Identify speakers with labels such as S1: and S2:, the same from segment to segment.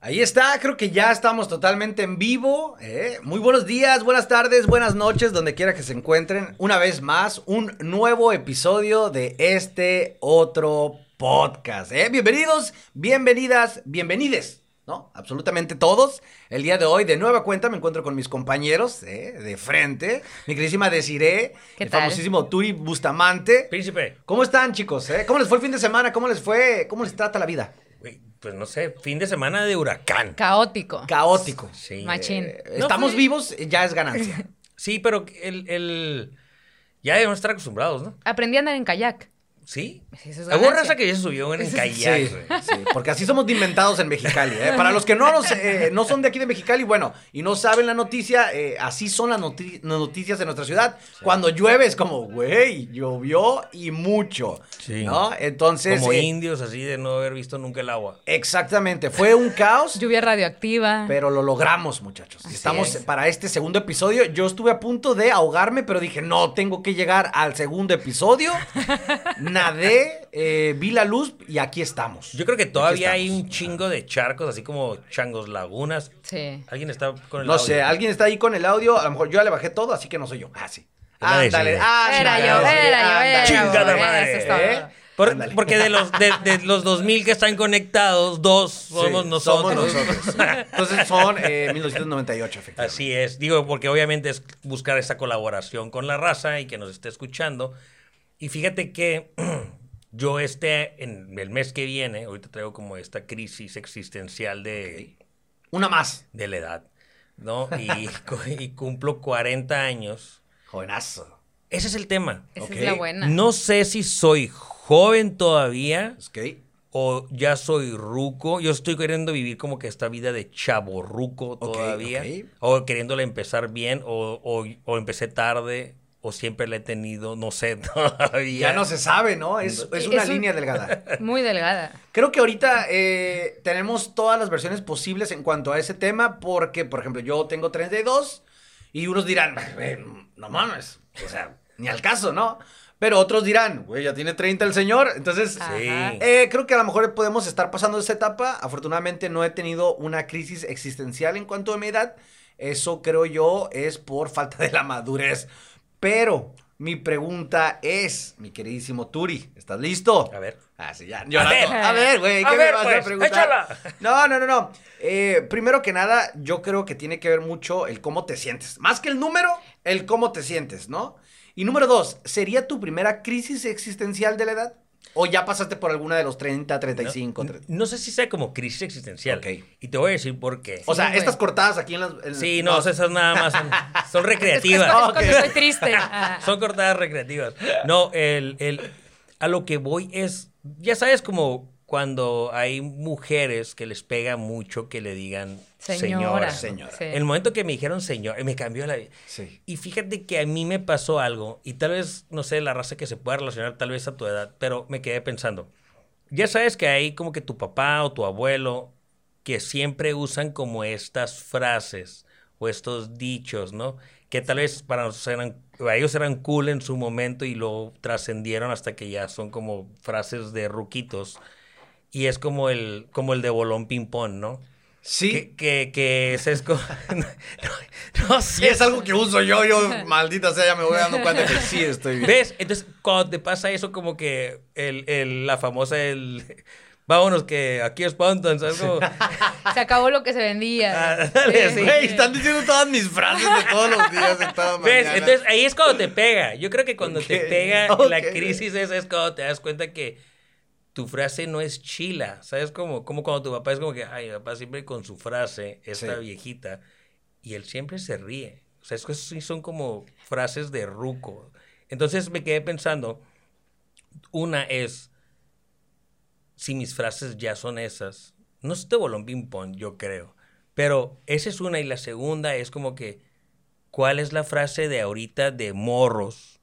S1: Ahí está, creo que ya estamos totalmente en vivo. ¿eh? Muy buenos días, buenas tardes, buenas noches, donde quiera que se encuentren. Una vez más, un nuevo episodio de este otro podcast. ¿eh? Bienvenidos, bienvenidas, bienvenides. ¿no? Absolutamente todos. El día de hoy, de nueva cuenta, me encuentro con mis compañeros ¿eh? de frente. Mi queridísima Desiree,
S2: ¿Qué
S1: el
S2: tal?
S1: famosísimo Turi Bustamante.
S3: Príncipe,
S1: ¿Cómo están, chicos? eh? ¿Cómo les fue el fin de semana? ¿Cómo les fue? ¿Cómo les trata la vida?
S3: güey, pues no sé, fin de semana de huracán.
S2: Caótico.
S1: Caótico.
S3: Sí.
S2: Machín.
S1: Eh,
S3: No,
S1: Estamos
S3: fue-
S1: vivos, eh, ya es ganancia.
S3: Sí, pero el, el- Ya debemos estar acostumbrados, ¿no?
S2: Aprendí a andar en kayak.
S3: Sí.
S2: Sí, eso es
S3: Hubo
S2: ganancia.
S3: raza que ya se subió en el kayak,
S1: Sí,
S3: güey.
S1: sí, porque así somos de inventados en Mexicali. ¿eh? Para los que no, nos, eh, no son de aquí de Mexicali, bueno, y no saben la noticia, eh, así son las noti- las noticias de nuestra ciudad. Cuando llueve es como, güey, llovió y mucho.
S3: Sí.
S1: ¿No? Entonces.
S3: Como
S1: eh,
S3: indios, así de no haber visto nunca el agua.
S1: exactamente. Fue un caos.
S2: Lluvia radioactiva.
S1: Pero lo logramos, muchachos.
S2: Así
S1: Estamos
S2: es.
S1: para este segundo episodio. Yo estuve a punto de ahogarme, pero dije, no, tengo que llegar al segundo episodio. Nadé, eh, vi la luz y aquí estamos.
S3: Yo creo que todavía
S1: Aquí
S3: hay
S1: estamos.
S3: un chingo de charcos, así como changos, lagunas.
S2: Sí.
S3: Alguien está con el
S1: No sé,
S3: audio?
S1: alguien está ahí con el audio. A lo mejor yo ya le bajé todo, así que no soy yo. Ah, sí.
S3: Era de
S1: Ándale, ah,
S3: Siri.
S1: ándale,
S2: Era yo,
S1: ándale,
S2: era yo, era yo.
S3: Chingada
S2: Eso
S3: madre,
S2: es todo.
S1: ¿eh?
S3: Por-
S1: Ándale.
S3: porque de los de, de los 2000 que están conectados, dos somos
S1: Sí,
S3: nosotros.
S1: somos nosotros. Entonces son eh, 1998, efectivamente.
S3: Así es, digo, porque obviamente es buscar esa colaboración con la raza y que nos esté escuchando. Y fíjate que yo este, en el mes que viene, ahorita traigo como esta crisis existencial de,
S1: Una más.
S3: de la edad, ¿no? Y, cu- y cumplo 40 años.
S1: Jovenazo.
S3: Ese es el tema.
S2: Esa
S1: Ok.
S2: es la buena.
S3: No sé si soy joven todavía
S1: Es que-
S3: o ya soy ruco. Yo estoy queriendo vivir como que esta vida de chavo ruco
S1: Ok,
S3: todavía.
S1: ok.
S3: O queriéndola empezar bien, o, o- o empecé tarde, o siempre la he tenido, no sé todavía.
S1: Ya no se sabe, ¿no? Es, es
S2: Es
S1: una
S2: un-
S1: línea delgada.
S2: Muy delgada.
S1: Creo que ahorita eh, tenemos todas las versiones posibles en cuanto a ese tema, porque, por ejemplo, yo tengo 32 y unos dirán, "Eh, no mames, o sea, ni al caso, ¿no? Pero otros dirán, güey, ya tiene 30 el señor, entonces...
S2: Ah.
S3: Sí.
S2: Ajá.
S1: eh, creo que a lo mejor podemos estar pasando esa etapa. Afortunadamente no he tenido una crisis existencial en cuanto a mi edad. Eso creo yo es por falta de la madurez. Pero mi pregunta es, mi queridísimo Turi, ¿estás listo?
S3: A ver.
S1: Ah, sí, ya. llorando.
S3: ver.
S1: A ver, güey,
S3: A
S1: ¿qué me
S3: ver,
S1: vas a
S3: pues,
S1: preguntar?
S3: échala.
S1: No, no, no, no. Eh, primero que nada, yo creo que tiene que ver mucho el cómo te sientes. Más que el número, el cómo te sientes, ¿no? Y número dos, ¿sería tu primera crisis existencial de la edad? ¿O ya pasaste por alguna de los 30, 35?
S3: no,
S1: 30?
S3: no sé si sea como crisis existencial.
S1: Ok.
S3: Y te voy a decir por qué.
S1: O sea,
S2: güey.
S1: estas cortadas aquí en las... en-
S3: sí, no, esas son nada más son, son
S2: Es, es- es
S3: recreativas.
S2: cuando
S1: Ok.
S2: estoy triste. Ah.
S3: Son cortadas recreativas. No, el, el- a lo que voy es, ya sabes como cuando hay mujeres que les pega mucho que le digan
S2: Señora.
S3: señora.
S1: señora.
S2: Sí.
S3: El momento que me dijeron señor, me cambió la vida.
S1: Sí.
S3: Y fíjate que a mí me pasó algo, y tal vez, no sé, la raza que se pueda relacionar tal vez a tu edad, pero me quedé pensando. Ya sabes que hay como que tu papá o tu abuelo que siempre usan como estas frases o estos dichos, ¿no? Que tal vez para nosotros eran, para ellos eran cool en su momento y lo trascendieron hasta que ya son como frases de ruquitos. Y es como el, como el de bolón ping-pong, ¿no?
S1: Sí.
S3: Que, que, que ese es como... no, no
S1: Y
S3: sé.
S1: es algo que uso yo, yo, maldita sea, ya me voy dando cuenta que sí estoy bien.
S3: ¿Ves? Entonces, cuando te pasa eso, como que el, el- la famosa, el... Vámonos, que aquí espantan, ¿sabes? Como-
S2: Se acabó lo que se vendía.
S3: Ah, dale, sí.
S1: Güey, están diciendo todas mis frases de todos los días, de toda
S3: ¿Ves?
S1: mañana.
S3: Entonces, ahí es cuando te pega. Yo creo que cuando
S1: Ok,
S3: te pega la
S1: ok.
S3: crisis esa es cuando te das cuenta que tu frase no es chila, ¿sabes? Como, como cuando tu papá es como que, ay, mi papá siempre con su frase, esta
S1: Sí.
S3: viejita, y él siempre se ríe. O sea, es que sí son como frases de ruco. Entonces me quedé pensando, una es, si mis frases ya son esas, no es te voló un ping-pong, yo creo. Pero esa es una, y la segunda es como que, ¿cuál es la frase de ahorita de morros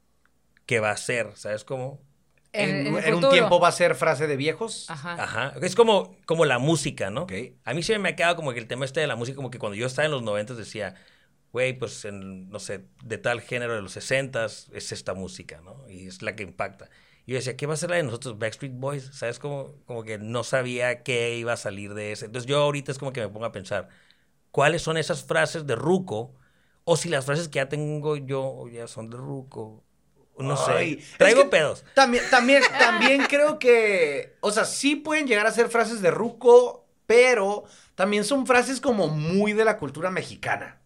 S3: que va a ser? ¿Sabes cómo?
S1: en,
S2: el
S1: en un
S2: futuro.
S1: tiempo va a ser frase de viejos.
S2: Ajá.
S3: Ajá. Es como, como la música, ¿no?
S1: Ok.
S3: A mí siempre me ha quedado como que el tema este de la música, como que cuando yo estaba en los 90 decía, güey, pues en, no sé, de tal género de los 60 es esta música, ¿no? Y es la que impacta. Y yo decía, ¿qué va a ser la de nosotros, Backstreet Boys? ¿Sabes? Como, como que no sabía qué iba a salir de ese. Entonces yo ahorita es como que me pongo a pensar, ¿cuáles son esas frases de Ruco? O si las frases que ya tengo yo ya son de Ruco. No
S1: Ay,
S3: sé.
S1: es
S3: Traigo
S1: que
S3: pedos.
S1: También, también, también creo que, o sea, sí pueden llegar a ser frases de ruco, pero también son frases como muy de la cultura mexicana.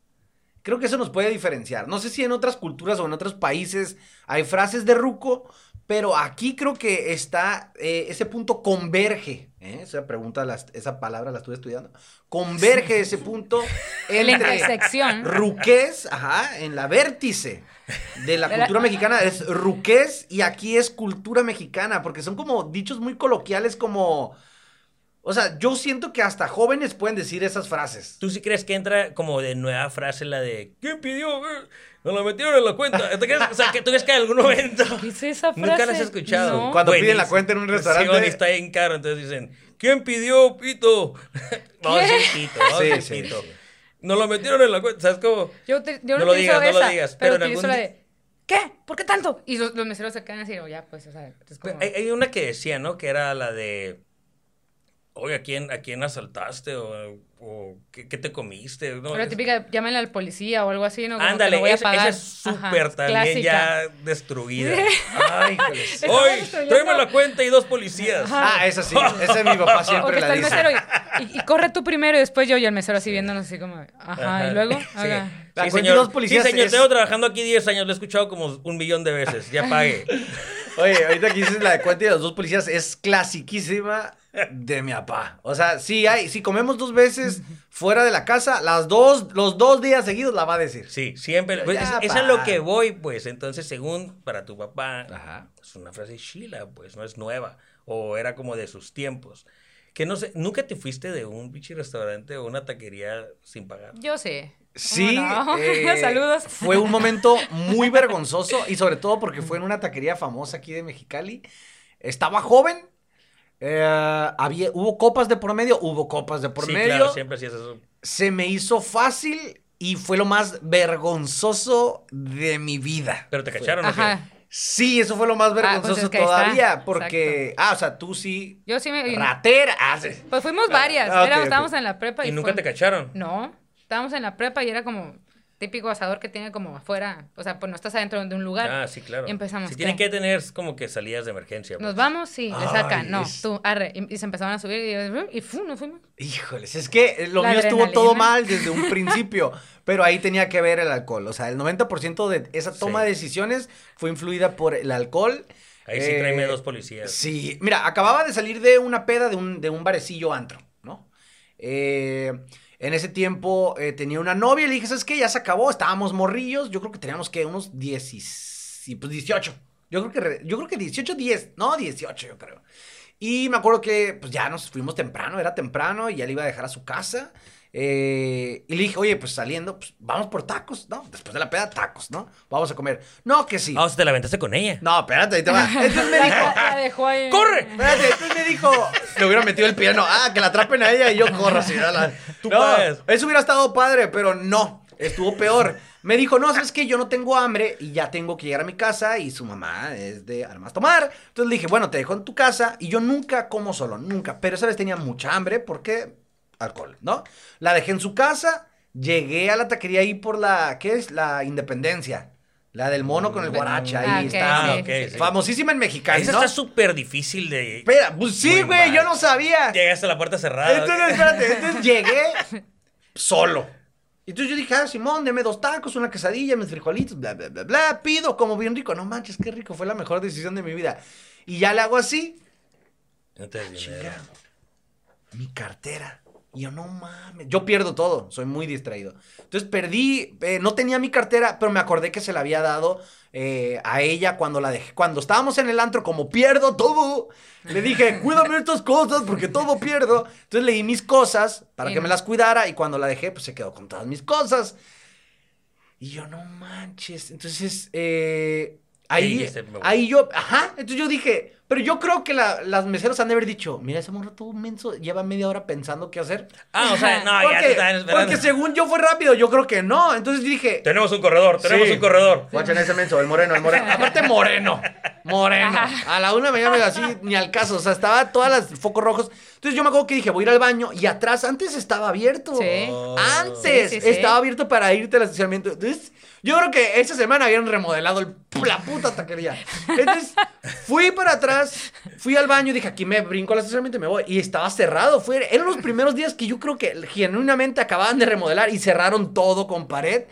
S1: Creo que eso nos puede diferenciar. No sé si en otras culturas o en otros países hay frases de ruco, pero aquí creo que está, eh, ese punto converge. ¿eh? Esa pregunta, las- esa palabra la estuve estudiando. Converge ese punto
S2: En la
S1: entre
S2: intersección.
S1: ruqués, ajá, en la vértice de la
S2: De la-
S1: cultura mexicana es ruqués y aquí es cultura mexicana, porque son como dichos muy coloquiales como... O sea, yo siento que hasta jóvenes pueden decir esas frases.
S3: ¿Tú sí crees que entra como de nueva frase la de ¿Quién pidió? eh? Nos la metieron en la cuenta. ¿Tú crees, o sea, que tú crees que en algún momento.
S2: ¿Qué es esa frase?
S3: Nunca la has escuchado.
S2: No.
S1: Cuando piden la
S3: Buenísimo. Pues
S1: cuenta en un restaurante.
S3: Sí, bueno, y está bien caro, entonces dicen, ¿quién pidió pito? Vamos a decir pito, vamos a
S1: Sí,
S3: decir
S1: sí,
S3: pito.
S1: sí.
S3: Nos lo metieron en la cuenta, ¿sabes cómo?
S2: Yo, te- yo
S3: No
S2: no,
S3: lo
S2: utilizo
S3: digas, no lo
S2: esa,
S3: digas, pero
S2: pero,
S3: en algún
S2: utilizo la
S3: di-
S2: de ¿Qué? ¿Por qué tanto? Y los, los meseros se quedan así, o ya, pues, o sea, es como...
S3: Hay, hay una que decía, ¿no? Que era la de, oye, ¿a quién, a quién asaltaste? ¿O, o ¿qué, qué te comiste? ¿No?
S2: Pero la
S3: Es-
S2: típica, de, llámale al policía o algo así, ¿no? Como que
S3: eh, Ándale,
S2: lo voy a
S3: esa, esa
S2: pagar.
S3: es
S2: Ajá,
S3: súper también
S2: clásica.
S3: ya destruida.
S1: Ay, híjoles.
S2: Estamos
S3: Hoy,
S2: destruyendo-
S3: tráeme la cuenta y dos policías.
S1: Ah, esa sí. Esa mi papá
S2: O que
S1: siempre
S2: está
S1: la
S2: el
S1: dice.
S2: mesero y, y- y corre tú primero y después yo y el mesero así viéndonos así como... Ajá, y luego... haga-
S1: La
S3: Sí,
S1: cuenta y
S3: señor.
S1: dos policías
S3: Sí, señor,
S1: es-
S3: tengo trabajando aquí 10 años, lo he escuchado como un millón de veces. Ya pague.
S1: Oye, ahorita que dices la de cuenta y los dos policías es clasiquísima de mi papá. O sea, si hay, si comemos dos veces fuera de la casa, las dos, los dos días seguidos la va a decir.
S3: Sí, siempre. Pues,
S1: Ya,
S3: es, es
S1: pa.
S3: a lo que voy, pues. Entonces, según para tu papá,
S1: Ajá.
S3: es una frase chila, pues, no es nueva. O era como de sus tiempos. Que no sé, nunca te fuiste de un pinche restaurante o una taquería sin pagar.
S2: Yo sé. ¿Cómo
S1: Sí,
S2: no?
S1: eh,
S2: Saludos.
S1: Fue un momento muy vergonzoso y sobre todo porque fue en una taquería famosa aquí de Mexicali. Estaba joven, eh, había, hubo copas de por medio, hubo copas de por
S3: sí,
S1: medio.
S3: claro, siempre hacías eso.
S1: Se me hizo fácil y fue lo más vergonzoso de mi vida.
S3: Pero te cacharon, ¿o qué?
S2: Ajá.
S1: Sí, eso fue lo más vergonzoso
S2: pues es que ahí está.
S1: todavía porque, ah, o sea, tú sí,
S2: Yo sí me...
S1: ratera, ah, haces.
S2: Pues fuimos varias.
S1: Ah, ok,
S2: Era-
S1: ok.
S2: Estábamos en la prepa y...
S3: Y nunca te
S2: Pues, fue-
S3: cacharon.
S2: No, estábamos en la prepa y era como típico asador que tiene como afuera, o sea, pues no estás adentro de un lugar.
S3: Ah, sí, claro.
S2: Y empezamos,
S3: Sí, tienen
S2: ¿qué?
S3: que tener como que salidas de emergencia.
S2: Nos
S3: pues.
S2: vamos, sí, le
S1: Ay,
S2: sacan, no,
S1: es-
S2: tú, arre. Y, y se empezaron a subir y, yo, y fu, nos fuimos.
S1: Híjoles, es que eh, lo
S2: La
S1: mío estuvo todo
S2: adrenalina.
S1: mal desde un principio, pero ahí tenía que ver el alcohol. O sea, el 90% de esa toma
S3: Sí.
S1: de decisiones fue influida por el alcohol.
S3: Ahí sí
S1: Eh,
S3: tráeme dos policías.
S1: Sí, mira, acababa de salir de una peda de un, de un barecillo antro, ¿no? Eh, en ese tiempo eh, tenía una novia y le dije, ¿sabes qué? Ya se acabó, estábamos morrillos, yo creo que teníamos que unos 10, y- pues 18. Yo creo que, re- yo creo que 18, 10, no, 18 yo creo. Y me acuerdo que pues ya nos fuimos temprano, era temprano y ya le iba a dejar a su casa. Eh, y le dije, oye, pues saliendo, pues vamos por tacos, ¿no? Después de la peda, tacos, ¿no? Vamos a comer. No, que sí.
S3: Ah, o sea, te la aventaste con ella.
S1: No, espérate, ahí te va. Entonces me
S2: La-
S1: dijo,
S2: la dejó ahí.
S3: ¡Corre!
S1: Espérate, entonces me dijo, le hubiera metido el pie, no, ah, que la atrapen a ella y yo corro así, a la-
S3: Tú
S1: no,
S3: puedes.
S1: eso hubiera estado padre, pero no, estuvo peor. Me dijo, no, sabes que yo no tengo hambre y ya tengo que llegar a mi casa y su mamá es de armas tomar. Entonces le dije, bueno, te dejo en tu casa y yo nunca como solo, nunca, pero esa vez tenía mucha hambre porque alcohol, ¿no? La dejé en su casa, llegué a la taquería ahí por la, ¿qué es? La Independencia. La del mono con el guaracha, ahí
S2: Ah, ok,
S1: está.
S2: sí, sí,
S3: sí.
S1: Famosísima en Mexicali,
S3: Esa
S1: ¿no?
S3: está súper difícil de...
S1: Espera, pues sí,
S3: Muy
S1: güey,
S3: mal.
S1: yo no sabía.
S3: Llegaste a la puerta cerrada.
S1: Entonces, espérate, entonces llegué solo. Entonces yo dije, ah, Simón, deme dos tacos, una quesadilla, mis frijolitos, bla, bla, bla, bla, pido como bien rico. No manches, qué rico, fue la mejor decisión de mi vida. Y ya le hago así,
S3: No te des dinero.
S1: Chinga. mi cartera. Y yo, no mames, yo pierdo todo, soy muy distraído. Entonces perdí, eh, no tenía mi cartera, pero me acordé que se la había dado eh, a ella cuando la dejé. Cuando estábamos en el antro, como pierdo todo, le dije, cuídame estas cosas porque todo pierdo. Entonces le di mis cosas para
S2: Y
S1: que
S2: no.
S1: me las cuidara y cuando la dejé, pues se quedó con todas mis cosas. Y yo, no manches. Entonces, eh,
S3: Sí,
S1: ahí,
S3: ya sé, me voy.
S1: ahí yo, ajá, entonces yo dije, Pero yo creo que la- las meseros han de haber dicho, mira, ese morro todo menso, lleva media hora pensando qué hacer.
S3: Ah, o sea, no, ya te
S1: porque,
S3: estaban esperando.
S1: porque según yo fue rápido, yo creo que no. Entonces dije,
S3: Tenemos un corredor, tenemos
S1: Sí.
S3: un corredor.
S1: guachen ese menso, el moreno, el moreno. Aparte moreno, moreno. A la una me llama así, ni al caso. O sea, estaba todas las focos rojos. Entonces yo me acuerdo que dije, voy a ir al baño. Y atrás, antes estaba abierto.
S2: Sí.
S1: Antes
S2: Sí, sí, sí.
S1: estaba abierto para irte al estacionamiento. Entonces, yo creo que esa semana habían remodelado el- la puta taquería. Entonces, fui para atrás, fui al baño, dije, aquí me brinco al estacionamiento y me voy. Y estaba cerrado. Fue, eran los primeros días que yo creo que genuinamente acababan de remodelar y cerraron todo con pared.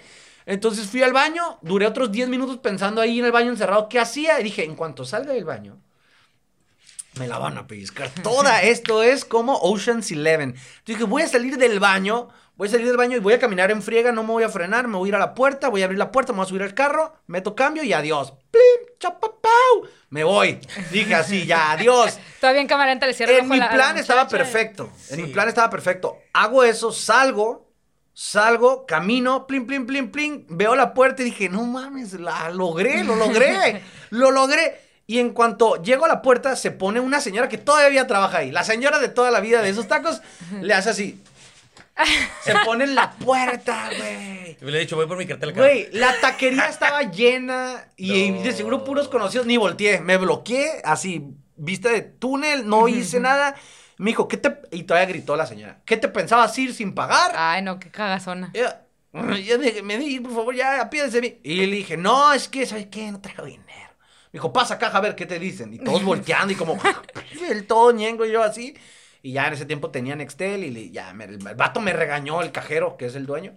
S1: Entonces fui al baño, duré otros 10 minutos pensando ahí en el baño encerrado qué hacía. Y dije, en cuanto salga del baño, me la van a pellizcar. Toda esto es como Ocean's Eleven. Yo dije, voy a salir del baño, voy a salir del baño y voy a caminar en friega, no me voy a frenar, me voy a ir a la puerta, voy a abrir la puerta, me voy a subir al carro, meto cambio y adiós. Plim, chapapau, me voy. Dije así, ya, adiós.
S2: Todavía en cámara lenta le cierro el
S1: En
S2: ojo
S1: mi
S2: a la- a la
S1: plan estaba
S2: muchacha.
S1: perfecto. En mi
S3: Sí.
S1: plan estaba perfecto. Hago eso, salgo, salgo, camino, plin, plin, plin, plin. Veo la puerta y dije, no mames, la logré, lo logré, lo logré. Y en cuanto llego a la puerta, se pone una señora que todavía trabaja ahí. La señora de toda la vida de esos tacos le hace así. Se pone en la puerta, güey.
S3: Yo le he dicho, voy por mi cartel. cabrón.
S1: Güey, la taquería estaba llena y
S3: No.
S1: de seguro puros conocidos. Ni volteé, me bloqueé así, vista de túnel, no hice nada. Me dijo, ¿qué te.? Y todavía gritó la señora, ¿qué te pensabas ir sin pagar?
S2: Ay, no, qué cagazona.
S1: Y yo- y yo dije, me di, por favor, ya, pídense mi-". Y le dije, no, es que, ¿sabes qué? No traigo dinero. Me dijo, pasa caja a ver qué te dicen. Y todos volteando y como, "Pues, el todo ñengo y yo así. Y ya en ese tiempo tenía Nextel y le- ya, me- el, vato me regañó, el cajero, que es el dueño.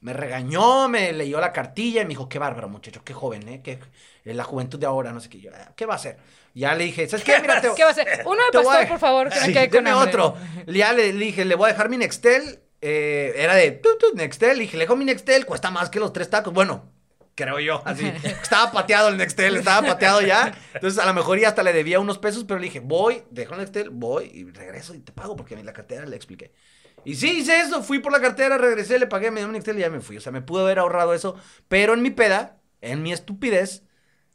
S1: Me regañó, me leyó la cartilla y me dijo, qué bárbaro, muchacho, qué joven, ¿eh? Qué, la juventud de ahora, no sé qué. Yo, "Ah, ¿Qué va a hacer? Ya le dije, ¿sabes qué? Mira, te-
S2: ¿Qué va a hacer? Uno de
S1: te voy
S2: pastor,
S1: a-
S2: por favor, que
S1: Sí,
S2: me quede con
S1: deme
S2: hambre.
S1: otro. Ya le, le dije, le voy a dejar mi Nextel. eh, era de tu, tu, Nextel. Le dije, le dejo mi Nextel, cuesta más que los tres tacos. Bueno, creo yo, así. estaba pateado el Nextel, estaba pateado ya. Entonces, a lo mejor ya hasta le debía unos pesos, pero le dije, voy, dejo el Nextel, voy y regreso y te pago porque en la cartera le expliqué. Y sí, hice eso, fui por la cartera, regresé, le pagué, me dio un Nextel y ya me fui. O sea, me pude haber ahorrado eso, pero en mi peda, en mi estupidez,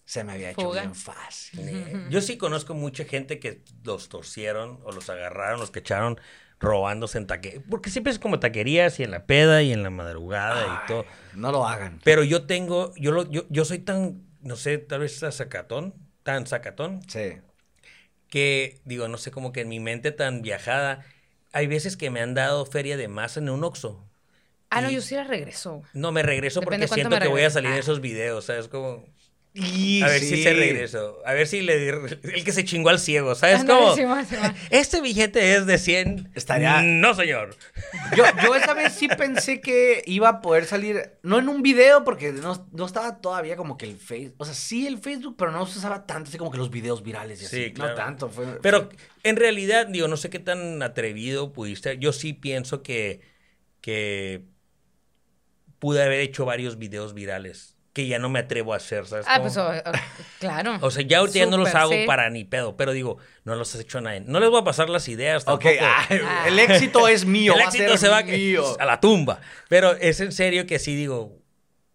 S1: se me había hecho
S2: Fuga.
S1: bien fácil.
S3: Eh, Yo sí conozco mucha gente que los torcieron o los agarraron, los cacharon robándose en taquería. Porque siempre es como taquerías y en la peda y en la madrugada y todo.
S1: No lo hagan.
S3: Pero yo tengo, yo, lo, yo, yo soy tan, no sé, tal vez a sacatón, tan sacatón,
S1: Sí.
S3: que digo, no sé, como que en mi mente tan viajada, hay veces que me han dado feria de más en un Oxxo.
S2: Ah, no, yo sí la regreso. güey.
S3: No, me regreso
S2: Depende
S3: porque
S2: cuánto
S3: siento
S2: me
S3: que voy a
S2: regrese.
S3: salir en
S2: Ah.
S3: esos videos, ¿sabes? Como,
S1: Y
S3: a ver si
S1: sí.
S3: se regresó. A ver si le di, el que se chingó al ciego, ¿sabes?
S2: Ándale,
S3: Como,
S2: Simón, Simón.
S3: este billete es de 100.
S1: Estaría-
S3: No, señor.
S1: Yo, yo esa vez sí pensé que iba a poder salir, no en un video, porque no, no estaba todavía como que el Facebook, o sea, sí el Facebook, pero no se usaba tanto, así como que los videos virales y así.
S3: Sí, claro.
S1: No tanto, fue...
S3: Pero
S1: fue-
S3: en realidad, digo, no sé qué tan atrevido pudiste. Yo sí pienso que, que pude haber hecho varios videos virales que ya no me atrevo a hacer, ¿sabes?
S2: Ah,
S3: cómo?
S2: pues, o- o- claro.
S3: O sea, ya ahorita ya no los
S2: Súper,
S3: hago
S2: sí.
S3: para ni pedo, pero digo, no los has hecho a nadie. No les voy a pasar las ideas tampoco.
S1: Ok, ay,
S2: Ah.
S1: el éxito es mío,
S3: El
S1: va a
S3: éxito
S1: ser
S3: se va
S1: mío.
S3: a la tumba. Pero es en serio que sí digo,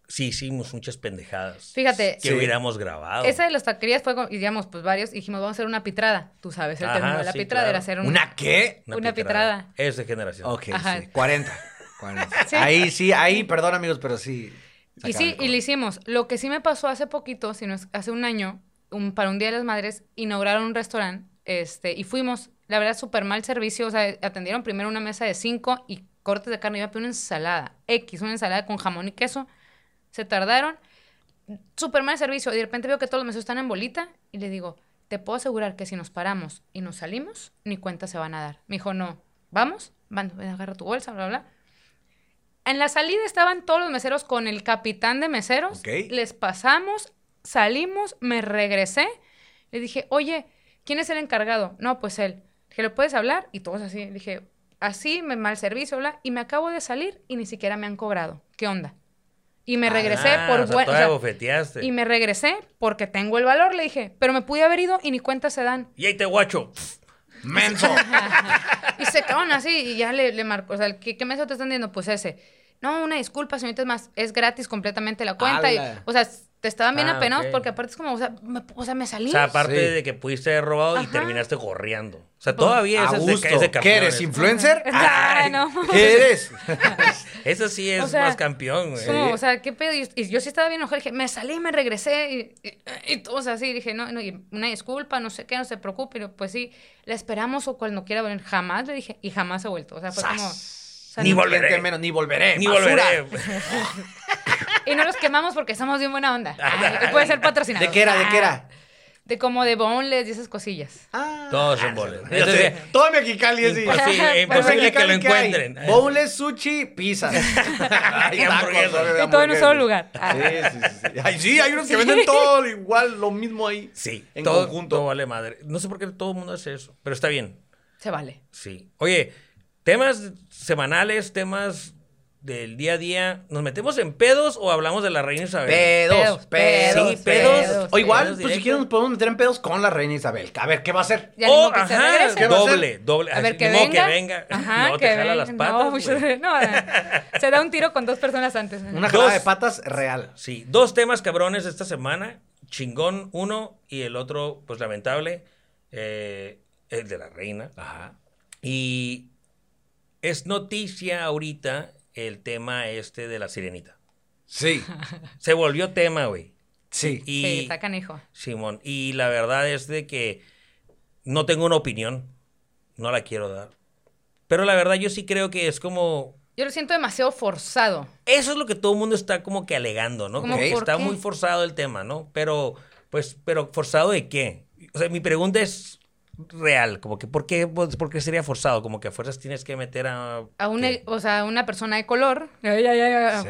S3: sí hicimos muchas pendejadas.
S2: Fíjate.
S3: Que
S1: Sí.
S3: hubiéramos grabado.
S2: Esa de las taquerías fue, como- y digamos, pues varios, y dijimos, vamos a hacer una pitrada. Tú sabes, el
S3: Ajá,
S2: término de la
S3: sí,
S2: pitrada
S3: claro.
S2: era hacer un-
S1: ¿Una qué?
S2: una pitrada.
S3: Es de generación.
S1: Ok,
S2: Ajá.
S1: sí, 40. 40.
S2: Sí.
S1: Ahí sí, ahí, perdón amigos, pero sí. se acaban
S2: Y
S1: de
S2: sí, y
S1: comer.
S2: lo hicimos. Lo que sí me pasó hace poquito, si no es hace un año, un- para un Día de las Madres, inauguraron un restaurante este, y fuimos. La verdad, súper mal servicio. O sea, atendieron primero una mesa de cinco y cortes de carne. Yo pedí una ensalada X, una ensalada con jamón y queso. Se tardaron. Súper mal servicio. Y de repente veo que todos los meseros están en bolita y le digo, te puedo asegurar que si nos paramos y nos salimos, ni cuenta se van a dar. Me dijo, no, vamos, van, ven, agarra tu bolsa, bla, bla. bla". En la salida estaban todos los meseros con el capitán de meseros.
S1: Ok.
S2: Les pasamos, salimos, me regresé. Le dije, oye, ¿quién es el encargado? No, pues él. Dije, ¿le puedes hablar? Y todos así. Le dije, así, me mal servicio, bla. Y me acabo de salir y ni siquiera me han cobrado. ¿Qué onda? Y me regresé
S3: Ah,
S2: por
S3: o sea,
S2: buen- o
S3: todavía
S2: sea,
S3: bofeteaste.
S2: y me regresé porque tengo el valor, le dije. Pero me pude haber ido y ni cuenta se dan.
S3: Y ahí te guacho.
S1: Menso.
S2: Y se quedaron así y ya le, le marcó. O sea, ¿qué, qué mesero te están diciendo? Pues ese. No, una disculpa, señorita, es más, es gratis completamente la cuenta. y-
S1: Ala.
S2: o sea, s- te estaban bien
S3: Ah,
S2: apenados
S3: ok.
S2: porque aparte es como, o sea, me, o sea, me salí.
S3: O sea, aparte
S1: Sí.
S3: de que pudiste haber robado y
S2: Ajá.
S3: terminaste gorreando. O sea, todavía
S1: A
S3: esa es de,
S1: gusto.
S3: es de
S1: ¿Qué
S3: campeones.
S1: eres, influencer? Ah,
S2: Ay, no.
S1: ¿Qué eres?
S3: Esa sí es
S2: O sea,
S3: más campeón, güey.
S2: Es como, o sea, qué pedo. Y, y yo sí estaba bien enojada. Dije, me salí, me regresé. Y, y, y todo, o sea, sí, dije, no, no, y una disculpa, no sé qué, no se preocupe. Y yo, pues sí, la esperamos o cuando quiera venir. Jamás le dije, y jamás he vuelto. O sea, fue como. sea,
S3: Ni
S2: no-
S3: volveré.
S1: Menos, ni volveré.
S3: Ni
S1: basura.
S3: volveré.
S2: Y no los quemamos porque estamos bien buena onda. Ay, y puede ser patrocinado.
S1: ¿De qué era? ¿De qué era?
S2: De como de boneless y esas cosillas.
S1: Ah,
S3: Todos son boles.
S1: yo sé, todo en Mexicali es así.
S3: Imposible,
S1: Todo en
S3: imposible que lo
S1: Mexicali, ¿qué hay?
S3: encuentren.
S1: Bowles, sushi, pizzas. Hay
S3: Y hamburguesas.
S1: tacos,
S2: Y todo en un solo
S1: hamburguesas.
S2: lugar. Ah.
S1: Sí, sí, sí. Ay, sí, hay unos que venden todo igual, lo mismo ahí.
S3: Sí,
S1: en
S3: todo,
S1: conjunto.
S3: todo vale madre. No sé por qué todo el mundo hace eso, pero está bien.
S2: Se vale.
S3: Sí. Oye, temas semanales, temas del día a día. ¿Nos metemos en pedos o hablamos de la reina Isabel?
S1: Pedos,
S2: Pedos,
S1: pedos,
S3: sí,
S1: pedos.
S3: pedos,
S1: O igual,
S3: pedos
S1: pues si
S3: directo.
S1: quieren nos podemos meter en pedos con la reina Isabel. A ver, ¿qué va a hacer?
S2: Ya
S3: Oh,
S2: ni modo que se
S3: ajá,
S2: regrese.
S1: ¿Qué va a
S3: doble, doble.
S2: A ver,
S3: Así,
S2: que
S3: ni modo
S2: venga.
S3: que venga.
S2: Ajá,
S3: no,
S2: que
S3: te jala
S2: venga.
S3: las patas.
S2: No,
S3: güey.
S2: mucho- no, se da un tiro con dos personas antes.
S1: Una jalada
S3: Dos.
S1: de patas real.
S3: Sí, dos temas cabrones esta semana. Chingón uno y el otro, pues lamentable, eh, el de la reina.
S1: Ajá.
S3: Y es noticia ahorita el tema este de la sirenita.
S1: Sí,
S3: Se volvió tema, güey.
S1: sí.
S3: Y,
S2: Sí, está canijo.
S3: Simón, y la verdad es de que no tengo una opinión, no la quiero dar. Pero la verdad yo sí creo que es como...
S2: Yo lo siento demasiado forzado.
S3: Eso es lo que todo el mundo está como que alegando, ¿no?
S2: ¿Cómo
S3: Como que
S2: por
S3: está
S2: qué?
S3: muy forzado el tema, ¿no? Pero, pues, pero forzado de qué? O sea, mi pregunta es real, como que ¿por qué, pues, por qué sería forzado? Como que a fuerzas tienes que meter a...
S2: A una,
S3: ¿qué?
S2: o sea, a una persona de color. Ay, ay, ay, ay.
S1: Sí.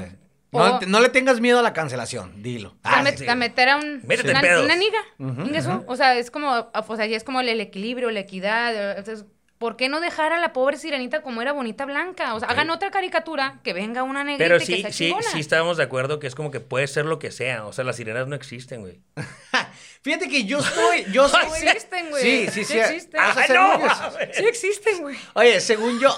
S2: O-
S1: No, te- no le tengas miedo a la cancelación, dilo.
S2: o sea,
S1: Ah,
S2: met-
S1: sí.
S2: a meter a un,
S3: Métete
S2: una,
S3: pedos.
S2: una niga. Ingesu. O sea, es como, o sea, ya es como el, el equilibrio, la equidad. eh, Entonces, ¿por qué no dejar a la pobre sirenita como era bonita blanca? O sea, hagan otra caricatura, que venga una negrita
S3: Pero
S2: y que
S3: sí,
S2: sea
S3: sí,
S2: chingona.
S3: sí estábamos de acuerdo que es como que puede ser lo que sea. O sea, las sirenas no existen, güey.
S1: Ah, Fíjate que yo estoy, yo estoy.
S2: Sí existen, güey.
S1: Sí, sí, sí.
S2: Sí existen.
S1: Vas a
S3: ¡Ah,
S1: hacer
S3: no!
S1: novios.
S2: Sí existen, güey.
S1: Oye, según yo.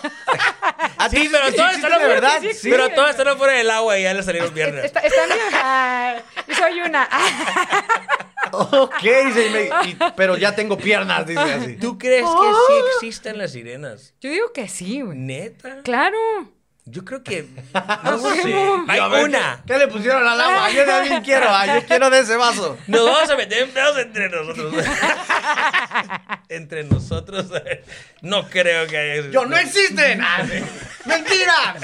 S1: A
S3: Sí, pero
S1: sí
S3: todas
S1: existen
S3: están
S1: de verdad.
S2: sí
S1: Sí,
S3: Pero todas están fuera del agua y ya le salieron viernes.
S2: Está, están bien. Ay, y soy una. Ah, Ay.
S1: Ok, dice, y me- y- pero ya tengo piernas, dice así.
S3: ¿Tú crees que
S2: ¡Oh!
S3: sí existen las sirenas?
S2: Yo digo que sí, güey.
S3: ¿Neta?
S2: Claro.
S3: Yo creo que...
S2: A
S3: No sé.
S2: huevo.
S1: Y
S3: Hay
S1: a ver,
S3: una.
S1: ¿Qué le pusieron al agua? Yo también quiero, ah, yo quiero de ese vaso.
S3: Nos vamos a meter en pedos entre nosotros. entre nosotros. No creo que haya...
S1: Yo, no existen. Ah, sí. Mentira.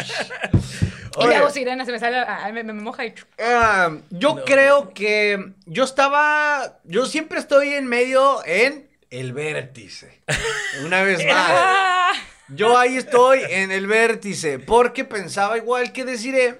S2: Y
S1: Oye.
S2: le hago sirena, se me sale. ay, me, me moja y.
S1: Ah, yo
S3: No.
S1: creo que yo estaba, yo siempre estoy en medio en el vértice. Una vez más.
S2: Ah.
S1: Yo ahí estoy en el vértice, porque pensaba igual que deciré,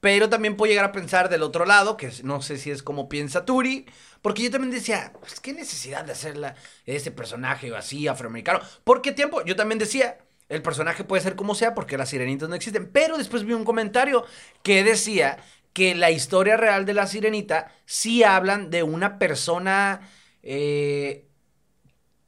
S1: pero también puedo llegar a pensar del otro lado, que es- no sé si es como piensa Turi, porque yo también decía, pues qué necesidad de hacerla ese personaje así afroamericano, porque tiempo, yo también decía, el personaje puede ser como sea porque las sirenitas no existen, pero después vi un comentario que decía que la historia real de la sirenita sí hablan de una persona eh,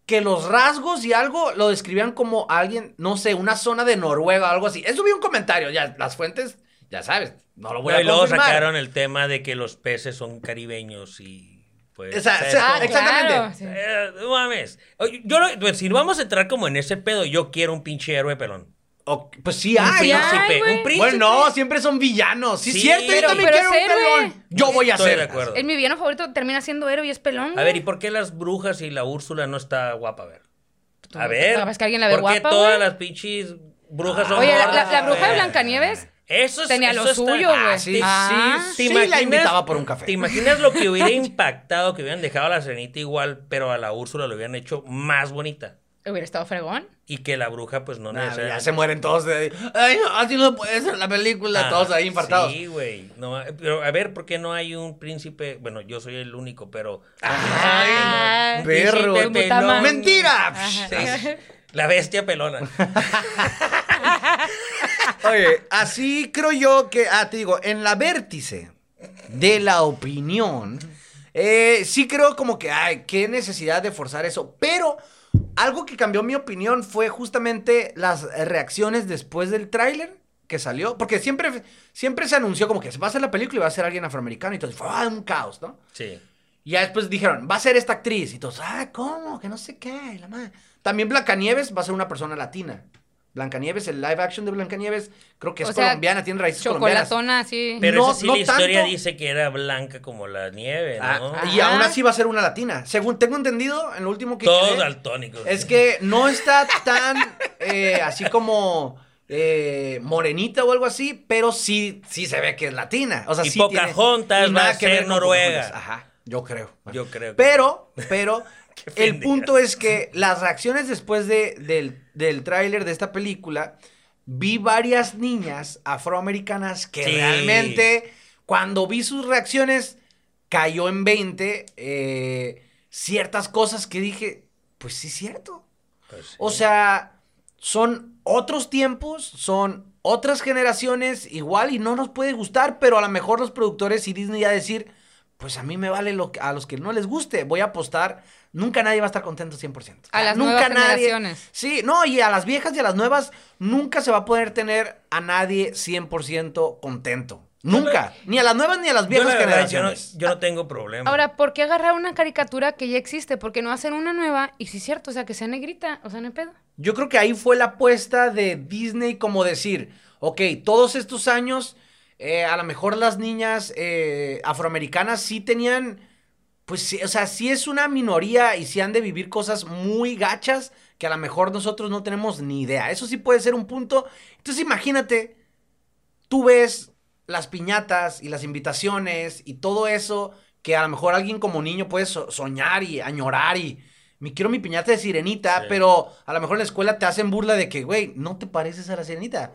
S1: que los rasgos y algo lo describían como alguien, no sé, una zona de Noruega o algo así. Eso vi un comentario, ya las fuentes, ya sabes, no lo voy a
S3: y luego
S1: confirmar.
S3: sacaron el tema de que los peces son caribeños y... Pues,
S1: O sea, o
S3: ¿sabes
S1: sea,
S3: cómo?
S2: Ah,
S1: exactamente.
S2: claro, sí.
S3: Eh, no mames. Oye, Yo, no- pues, si vamos a entrar como en ese pedo, yo quiero un pinche héroe pelón.
S1: O- pues sí, hay.
S2: príncipe,
S1: ¿no?
S2: hay, güey.
S3: un príncipe.
S1: Bueno, no, siempre son villanos. Sí,
S3: Sí,
S1: cierto, yo
S3: pero-
S1: también
S2: pero
S1: quiero un
S2: es héroe.
S1: pelón. Yo voy a
S3: Estoy
S1: ser.
S3: de acuerdo.
S2: El mi villano favorito termina siendo héroe y es pelón.
S3: A ver,
S2: güey.
S3: ¿y por qué las brujas y la Úrsula no está guapa? A ver.
S2: Tú-
S3: A ver.
S2: ¿sabes que alguien la ve
S3: ¿Por qué
S2: guapa,
S3: todas
S2: güey?
S3: las pinches brujas son
S2: Oye, la,
S3: gordas,
S2: la- la bruja de
S3: güey?
S2: Blancanieves.
S3: Eso es-
S2: tenía
S3: eso
S2: lo
S3: está-
S2: suyo, güey.
S1: Ah, sí,
S2: Ah.
S1: sí, sí. la invitaba por un café.
S3: ¿Te imaginas lo que hubiera impactado que hubieran dejado a la Serenita igual, pero a la Úrsula lo hubieran hecho más bonita?
S2: Hubiera estado fregón.
S3: Y que la bruja, pues no
S1: Nah, Ah, ya
S3: necesariamente-
S1: se mueren todos de. Ay, así no puede ser la película,
S3: Ah,
S1: todos ahí infartados.
S3: Sí, güey. No, pero a ver, ¿por qué no hay un príncipe? Bueno, yo soy el único, pero.
S2: Ah,
S3: Un príncipe
S1: perro.
S2: Príncipe
S3: pelón.
S2: Mutamán.
S1: ¡Mentira!
S2: Ajá.
S3: Sí. La bestia pelona.
S1: Oye, así creo yo que, ah, te digo, en la vértice de la opinión, eh, sí creo como que, ay, qué necesidad de forzar eso. Pero algo que cambió mi opinión fue justamente las reacciones después del tráiler. que salió, porque siempre, siempre se anunció como que va a ser la película y va a ser alguien afroamericano y entonces fue ah, un caos, ¿no?
S3: Sí.
S1: Y ya después dijeron, va a ser esta actriz. Y todos, ah, ¿cómo? Que no sé qué. y La madre. También Blancanieves va a ser una persona latina. Blancanieves, el live action de Blancanieves, creo que es
S2: O sea,
S1: colombiana, tiene raíces colombianas.
S2: Chocolatona, así.
S3: Pero
S1: No,
S3: esa sí
S1: no
S3: la historia
S1: tanto.
S3: dice que era blanca como la nieve, ¿no?
S1: Ah,
S2: ¿no?
S1: y aún
S2: Ajá.
S1: así va a ser una latina. Según tengo entendido, en lo último que
S3: Todo
S1: quedé,
S3: daltónico.
S1: es que no está tan eh, así como eh, morenita o algo así, pero sí, sí se ve que es latina. O sea,
S3: Y
S1: sí tiene-
S3: Pocahontas
S1: y nada
S3: va a
S1: que ver
S3: ser
S1: con
S3: noruega.
S1: Pocahontas. Ajá, yo creo.
S3: Yo creo. que-
S1: Pero, pero,
S3: Qué
S1: el
S3: pendeja.
S1: punto es que las reacciones después de, del, del tráiler de esta película, vi varias niñas afroamericanas que
S3: Sí.
S1: realmente, cuando vi sus reacciones, cayó en 20 eh, ciertas cosas que dije, pues sí es cierto.
S3: Pues sí.
S1: O sea, son otros tiempos, son otras generaciones, igual y no nos puede gustar, pero a lo mejor los productores y Disney ya decir, pues a mí me vale lo que- a los que no les guste, voy a apostar, nunca nadie va a estar contento 100%.
S2: A las
S1: nunca
S2: nuevas generaciones.
S1: Sí, no, y a las viejas y a las nuevas nunca se va a poder tener a nadie 100% contento. Nunca, ni a las nuevas ni a las
S3: yo,
S1: viejas
S3: la verdad, yo, no,
S1: generaciones.
S3: yo no tengo problema.
S2: Ahora, ¿por qué agarrar una caricatura que ya existe? ¿Por qué no hacen una nueva? Y sí es cierto, o sea, que sea negrita, o sea, no hay pedo.
S1: Yo creo que ahí fue la apuesta de Disney como decir, ok, todos estos años, eh, a lo mejor las niñas eh, afroamericanas sí tenían, pues, sí, o sea, sí es una minoría y sí han de vivir cosas muy gachas que a lo mejor nosotros no tenemos ni idea. Eso sí puede ser un punto. Entonces imagínate, tú ves las piñatas y las invitaciones y todo eso que a lo mejor alguien como niño puede so- soñar y añorar y me quiero mi piñata de sirenita,
S3: Sí.
S1: pero a lo mejor en la escuela te hacen burla de que, güey, no te pareces a la sirenita.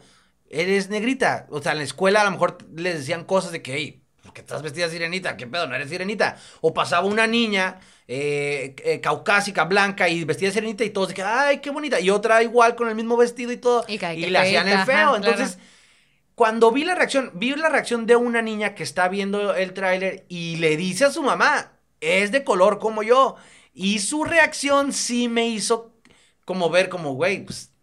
S1: Eres negrita. O sea, en la escuela a lo mejor les decían cosas de que, hey, ¿por qué estás vestida de sirenita? ¿Qué pedo? No eres sirenita. O pasaba una niña eh, eh, caucásica, blanca y vestida de sirenita y todos de que, ay, qué bonita. Y otra igual con el mismo vestido y todo.
S2: Y que, ay, qué
S1: le hacían el
S2: feita,
S1: feo.
S2: ajá,
S1: Entonces,
S2: claro.
S1: cuando vi la reacción, vi la reacción de una niña que está viendo el tráiler y le dice a su mamá, es de color como yo. Y su reacción sí me hizo como ver como, güey, pues,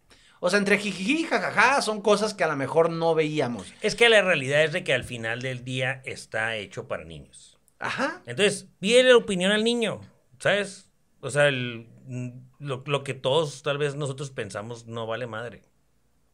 S1: o sea, entre jijiji, jajaja, son cosas que a lo mejor no veíamos.
S3: Es que la realidad es de que al final del día está hecho para niños.
S1: Ajá.
S3: Entonces, pídele la opinión al niño, ¿sabes? O sea, el- mm, lo, lo que todos tal vez nosotros pensamos no vale madre.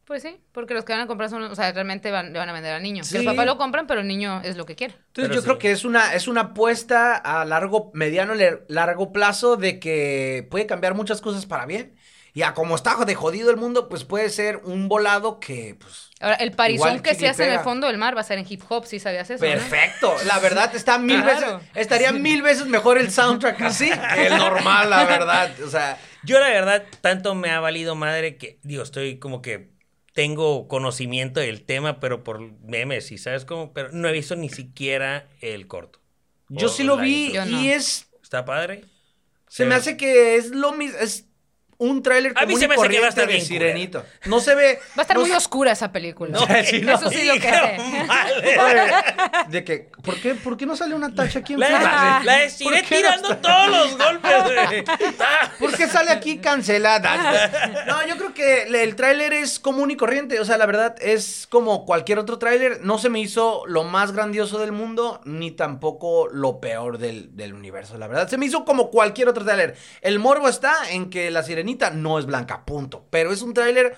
S2: Pues sí, porque los que van a comprar son, o sea, realmente van, le van a vender al niño. Que
S1: Sí.
S2: Los papás lo compran, pero el niño es lo que quiere.
S1: Entonces
S3: Pero
S1: yo
S3: sí.
S1: creo que es una, es una apuesta a largo, mediano, ler- largo plazo de que puede cambiar muchas cosas para bien. Y a como está de jodido el mundo, pues puede ser un volado que, pues,
S2: Ahora, el parizón
S1: Igual
S2: que
S1: chicle
S2: se hace en el
S1: pega.
S2: fondo del mar va a ser en hip hop, si sabías eso. ¿no?
S1: Perfecto. La verdad, está mil
S2: Pues, Claro.
S1: veces, estaría mil veces mejor el soundtrack así que el normal, la verdad. O sea,
S3: Yo la verdad, tanto me ha valido madre que, digo, estoy como que tengo conocimiento del tema, pero por memes y sabes cómo, pero no he visto ni siquiera el corto.
S1: yo
S3: O
S1: sí lo
S3: la
S1: vi
S3: intro.
S2: Yo no.
S1: y es.
S3: ¿Está padre?
S1: Se me
S3: Pero-
S1: hace que es lo mismo. Es un tráiler
S3: Eh. A mí
S1: común
S3: se
S1: y
S3: me hace que va a
S1: corriente
S3: estar
S1: de
S3: bien
S1: Sirenito. No se ve.
S2: Va a estar
S1: no
S2: muy
S1: se-
S2: oscura esa película.
S3: No,
S1: Sí, no.
S2: Eso sí lo que sé.
S3: Dijeron madre.
S1: De que, ¿por qué, ¿por qué no sale una tacha aquí
S3: La,
S1: enfrente?
S3: la- la
S1: ¿Por
S3: estiré
S1: qué no
S3: tirando todos los golpes, güey. Ah.
S1: ¿Por qué sale aquí cancelada? No, yo creo que le- el tráiler es común y corriente. O sea, la verdad es como cualquier otro tráiler. No se me hizo lo más grandioso del mundo, ni tampoco lo peor del, del universo. La verdad, se me hizo como cualquier otro tráiler. El morbo está en que la sirenita no es blanca, punto. Pero es un tráiler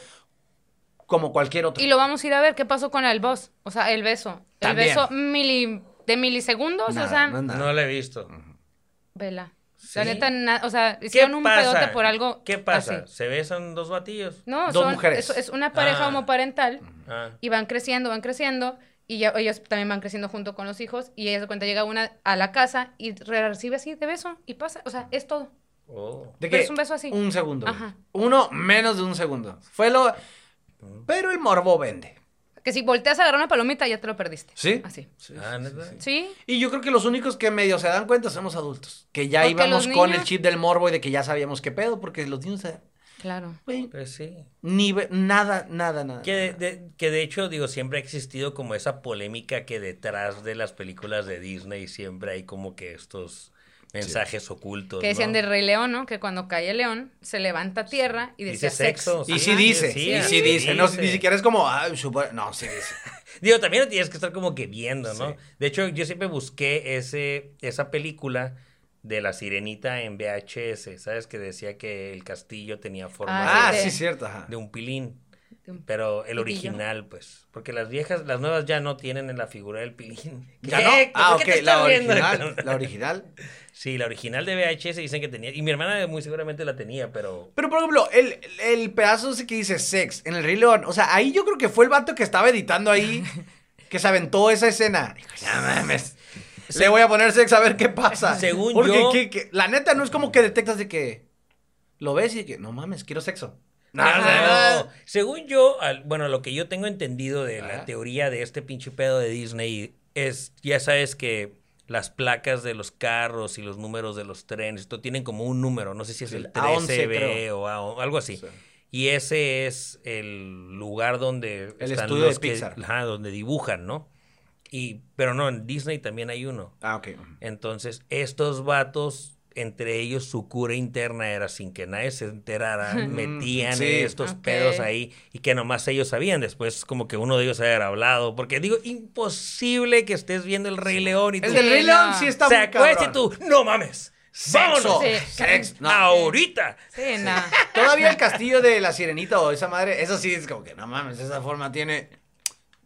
S1: como cualquier otro.
S2: Y lo vamos a ir a ver qué pasó con el boss. O sea, el beso. El
S1: También.
S2: beso mili- de milisegundos.
S1: Nada,
S2: o sea,
S1: no es nada.
S3: No la he visto.
S2: vela.
S3: Sí.
S2: La neta, na- o sea,
S3: ¿Qué
S2: hicieron un
S3: pasa?
S2: pedote por algo.
S3: ¿Qué pasa?
S2: así.
S3: ¿Se besan dos batillos?
S2: No,
S1: Dos
S2: son,
S1: mujeres.
S2: Es, es una pareja
S3: Ah.
S2: homoparental
S3: Ah.
S2: y van creciendo, van creciendo. Y ya, ellos también van creciendo junto con los hijos. Y ella se cuenta, llega una a la casa y re- recibe así de beso y pasa. O sea, es todo.
S3: Oh.
S1: ¿De
S2: Pero
S1: qué?
S2: es un beso así.
S1: Un segundo.
S2: Ajá.
S1: Uno menos de un segundo. Fue lo. Pero el morbo vende.
S2: Que si volteas a agarrar una palomita, ya te lo perdiste.
S1: ¿Sí?
S2: Así.
S3: Ah, ¿neta?
S2: Sí.
S1: Y yo creo que los únicos que medio se dan cuenta somos adultos. Que ya
S2: Porque
S1: íbamos
S2: los
S1: con
S2: niños-
S1: el chip del morbo y de que ya sabíamos qué pedo, porque los niños, eh,
S2: Claro.
S1: güey,
S3: Pues sí.
S1: ni ve- nada, nada, nada.
S3: Que de, de- que de hecho, digo, siempre ha existido como esa polémica que detrás de las películas de Disney siempre hay como que estos mensajes ocultos.
S2: Que decían
S3: Pues ¿no?
S2: del Rey León, ¿no? Que cuando cae el león, se levanta a tierra y decía
S3: Dice sexo.
S1: Y
S3: Sí,
S1: sí dice,
S3: sí,
S1: y
S3: sí
S1: sí dice, no,
S3: dice.
S1: ni siquiera es como, ah, supo- no, sí dice.
S3: Digo, también lo tienes que estar como que viendo, ¿no?
S1: Sí.
S3: De hecho, yo siempre busqué ese, esa película de la sirenita en VHS, ¿sabes? Que decía que el castillo tenía forma
S1: Ah,
S2: Ah,
S3: de,
S2: sí.
S1: sí, cierto, ajá.
S3: de un pilín.
S2: Un
S3: Pero el
S2: pitillo.
S3: original, pues. Porque las viejas, las nuevas ya no tienen en la figura del pilín.
S1: ¿Ya
S3: ¿Qué?
S1: no?
S3: ¿Por
S1: Ah,
S3: qué
S1: ok,
S3: te estás
S1: la
S3: riendo?
S1: original, la original.
S3: Sí, la original de VHS dicen que tenía. Y mi hermana muy seguramente la tenía, pero.
S1: Pero, por ejemplo, el, el pedazo ese que dice sex en el Rey León, o sea, ahí yo creo que fue el vato que estaba editando ahí, que se aventó esa escena. Dijo, "No mames, le voy a poner sex a ver qué pasa.
S3: Según
S1: Porque
S3: yo-
S1: que- que- la neta, no es como que detectas de que lo ves y de que, no mames, quiero sexo. Ah, No,
S3: No,
S1: no, no.
S3: no. Según yo, al- bueno, lo que yo tengo entendido de la
S1: Ajá.
S3: teoría de este pinche pedo de Disney es, ya sabes que las placas de los carros y los números de los trenes, esto tienen como un número, no sé si es
S1: Sí,
S3: el
S1: A11
S3: 13B
S1: creo.
S3: o A- algo así.
S1: Sí.
S3: Y ese es el lugar donde
S1: El estudio
S3: los
S1: de
S3: que-
S1: Pixar.
S3: ajá, donde dibujan, ¿no? Y, pero no, en Disney también hay uno.
S1: Ah, ok.
S3: Entonces, estos vatos, entre ellos su cura interna era sin que nadie se enterara, metían
S1: Mm, sí.
S3: estos
S2: Ok.
S3: pedos ahí y que nomás ellos sabían. Después, como que uno de ellos había hablado, porque digo, imposible que estés viendo el Rey León y tú.
S1: El del
S2: Sí,
S1: Rey
S2: no.
S1: León sí está
S3: se
S1: muy cabrón.
S3: acuesta y tú, no mames.
S1: Sexo,
S3: vámonos,
S2: Sí.
S1: sex, no.
S3: ahorita.
S2: Sí, nada.
S1: Todavía el castillo de la sirenita o esa madre, eso sí es como que no mames, esa forma tiene.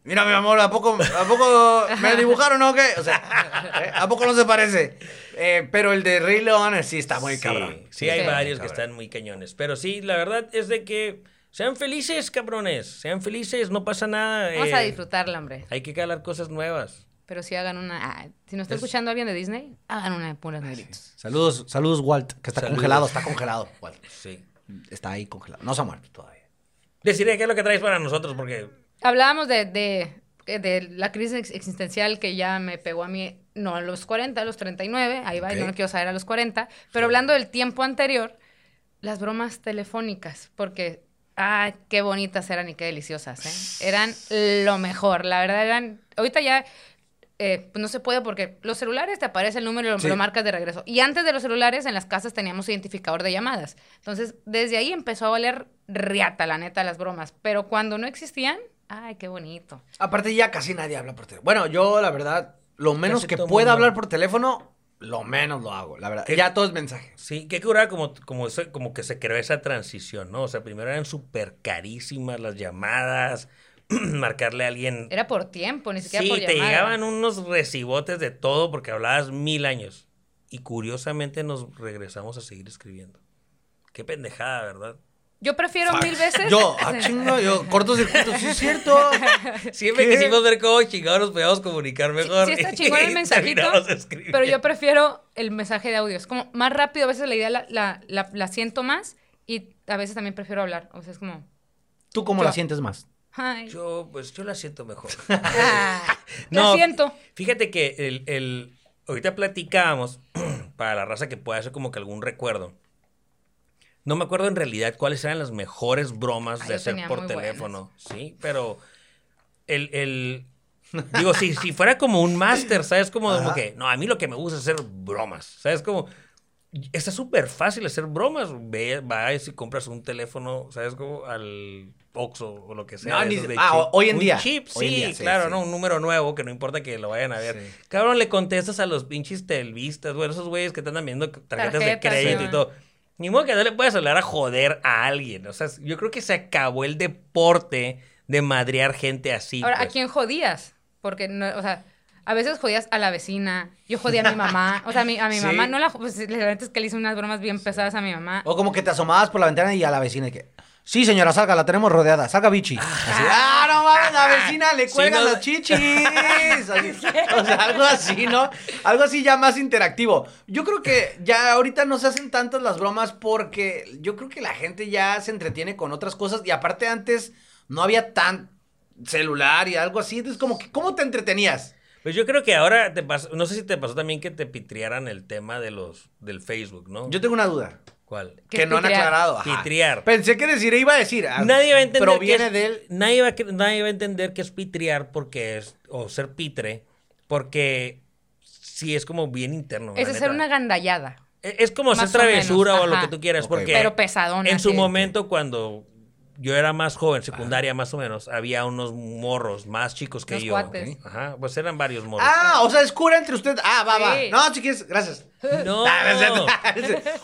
S1: Mira, mi amor, ¿a poco, ¿a poco me dibujaron o qué? O sea, ¿eh? ¿a poco no se parece? Eh, pero el de Rey León eh, sí está muy
S3: Sí,
S1: cabrón.
S3: Sí, hay
S2: Sí.
S3: varios que
S1: Cabrón.
S3: están muy cañones. Pero sí, la verdad es de que sean felices, cabrones. Sean felices, no pasa nada.
S2: Vamos
S3: eh,
S2: a disfrutarla, hombre.
S3: Hay que calar cosas nuevas.
S2: Pero si hagan una. ah, si nos está
S3: Es-
S2: escuchando alguien de Disney, hagan una de puras negritos.
S1: Saludos, saludos, Walt, que está
S3: Saludos.
S1: congelado, está congelado, Walt.
S3: Sí.
S1: Está ahí congelado, no se ha muerto todavía.
S3: Deciré qué es lo que traes para nosotros, porque
S2: Hablábamos de, de, de la crisis ex- existencial que ya me pegó a mí, no a los 40, a los 39, ahí va,
S1: Ok.
S2: no lo quiero saber a los 40, pero hablando del tiempo anterior, las bromas telefónicas, porque, ah, qué bonitas eran y qué deliciosas, ¿eh? Eran lo mejor, la verdad eran, ahorita ya... eh, pues no se puede porque los celulares te aparece el número y lo,
S1: Sí.
S2: lo marcas de regreso. Y antes de los celulares, en las casas teníamos identificador de llamadas. Entonces, desde ahí empezó a valer riata, la neta, las bromas. Pero cuando no existían, ay, qué bonito.
S1: Aparte, ya casi nadie habla por teléfono. Bueno, yo, la verdad, lo menos
S3: Casi
S1: que
S3: todo
S1: pueda
S3: mundo.
S1: hablar por teléfono, lo menos lo hago, la verdad.
S3: ¿Qué?
S1: Ya todo es mensaje.
S3: sí, qué curada como, como, eso- como que se creó esa transición, ¿no? O sea, primero eran súper carísimas las llamadas, marcarle a alguien.
S2: Era por tiempo, ni siquiera
S3: Sí,
S2: por
S3: te
S2: llamada.
S3: llegaban unos recibotes de todo porque hablabas mil años. Y curiosamente nos regresamos a seguir escribiendo. Qué pendejada, ¿verdad?
S2: Yo prefiero mil veces.
S1: Yo, ah, chingo, yo, cortocircuito, sí es cierto.
S3: Siempre
S1: ¿Qué?
S3: quisimos ver cómo chingados nos podíamos comunicar mejor.
S2: Sí, sí está chingón el
S3: y
S2: mensajito,
S3: terminamos escribiendo.
S2: pero yo prefiero el mensaje de audio. Es como más rápido, a veces la idea la, la, la- la siento más y a veces también prefiero hablar. O sea, es como,
S1: ¿Tú cómo
S2: Yo.
S1: la sientes más?
S2: ay,
S3: Yo, pues, yo la siento mejor.
S2: ah,
S3: No.
S2: la siento.
S3: Fíjate que el, el- ahorita platicábamos, para la raza que pueda hacer como que algún recuerdo. No me acuerdo en realidad cuáles eran las mejores bromas
S2: Ah,
S3: de
S2: yo
S3: hacer
S2: tenía
S3: por
S2: muy
S3: teléfono. Sí, pero el... el- digo, si, si fuera como un máster, ¿sabes? Como, como
S1: Ajá.
S3: que, no, a mí lo que me gusta es hacer bromas. ¿Sabes? Como, está súper fácil hacer bromas. Ve, vas y compras un teléfono, ¿sabes? Como al Oxxo o lo que sea.
S1: No,
S3: de
S1: ni-
S3: esos de
S1: ah,
S3: chip.
S1: hoy en
S3: Un
S1: día.
S3: chip, sí,
S1: Hoy en día, sí,
S3: claro,
S1: sí.
S3: ¿no? un número nuevo que no importa que lo vayan a ver.
S1: Sí.
S3: Cabrón, le contestas a los pinches televistas, bueno, esos güeyes que están viendo tarjetas, de
S2: Tarjetas,
S3: crédito y
S2: sí.
S3: todo. Ni modo que no le puedes hablar a joder a alguien. O sea, yo creo que se acabó el deporte de madrear gente así.
S2: Ahora, ¿a
S3: pues.
S2: quién jodías? Porque, no, o sea, a veces jodías a la vecina. Yo jodía a mi mamá. O sea, a mi, a mi
S1: Sí.
S2: mamá no la... Pues, la verdad es que le hice unas bromas bien pesadas a mi mamá.
S3: Oh,
S1: O como que te asomabas por la ventana y a la vecina y que, sí señora, salga, la tenemos rodeada, salga bichi. Así, ah, no mames, la vecina le
S3: Sí,
S1: cuelgan
S3: no-
S1: las chichis. Así, o sea, algo así, ¿no? Algo así ya más interactivo. Yo creo que ya ahorita no se hacen tantas las bromas porque yo creo que la gente ya se entretiene con otras cosas y aparte antes no había tan celular y algo así, entonces como que, ¿cómo te entretenías?
S3: Pues yo creo que ahora te pasó, no sé si te pasó también que te pitriaran el tema de los, del Facebook, ¿no?
S1: Yo tengo una duda.
S3: ¿Cuál?
S2: ¿Qué
S1: Que
S2: es
S1: no han
S2: pitriar?
S1: aclarado. ajá.
S3: Pitriar.
S1: Pensé que decir, iba a decir. ah,
S3: Nadie va a entender
S1: Proviene
S3: que
S1: de
S3: es-
S1: él.
S3: nadie va a, cre- nadie va a entender que es pitriar porque es o ser pitre porque sí es como bien interno. la
S2: Es hacer
S3: neta.
S2: una gandallada.
S3: Es E-, es como hacer
S2: Más o menos,
S3: travesura o, lo
S2: ajá.
S3: que tú quieras,
S1: Ok.
S3: porque
S2: Pero pesadona.
S3: en su
S2: así.
S3: momento cuando yo era más
S1: Ah.
S3: joven, secundaria más o menos, había unos morros más chicos que
S2: Los
S3: yo.
S2: cuates.
S3: Ajá, pues eran varios morros.
S1: Ah, o sea, es cura entre ustedes. Ah, va, va.
S2: Sí.
S1: No, si quieres, gracias.
S3: no.
S1: Ah, es cierto.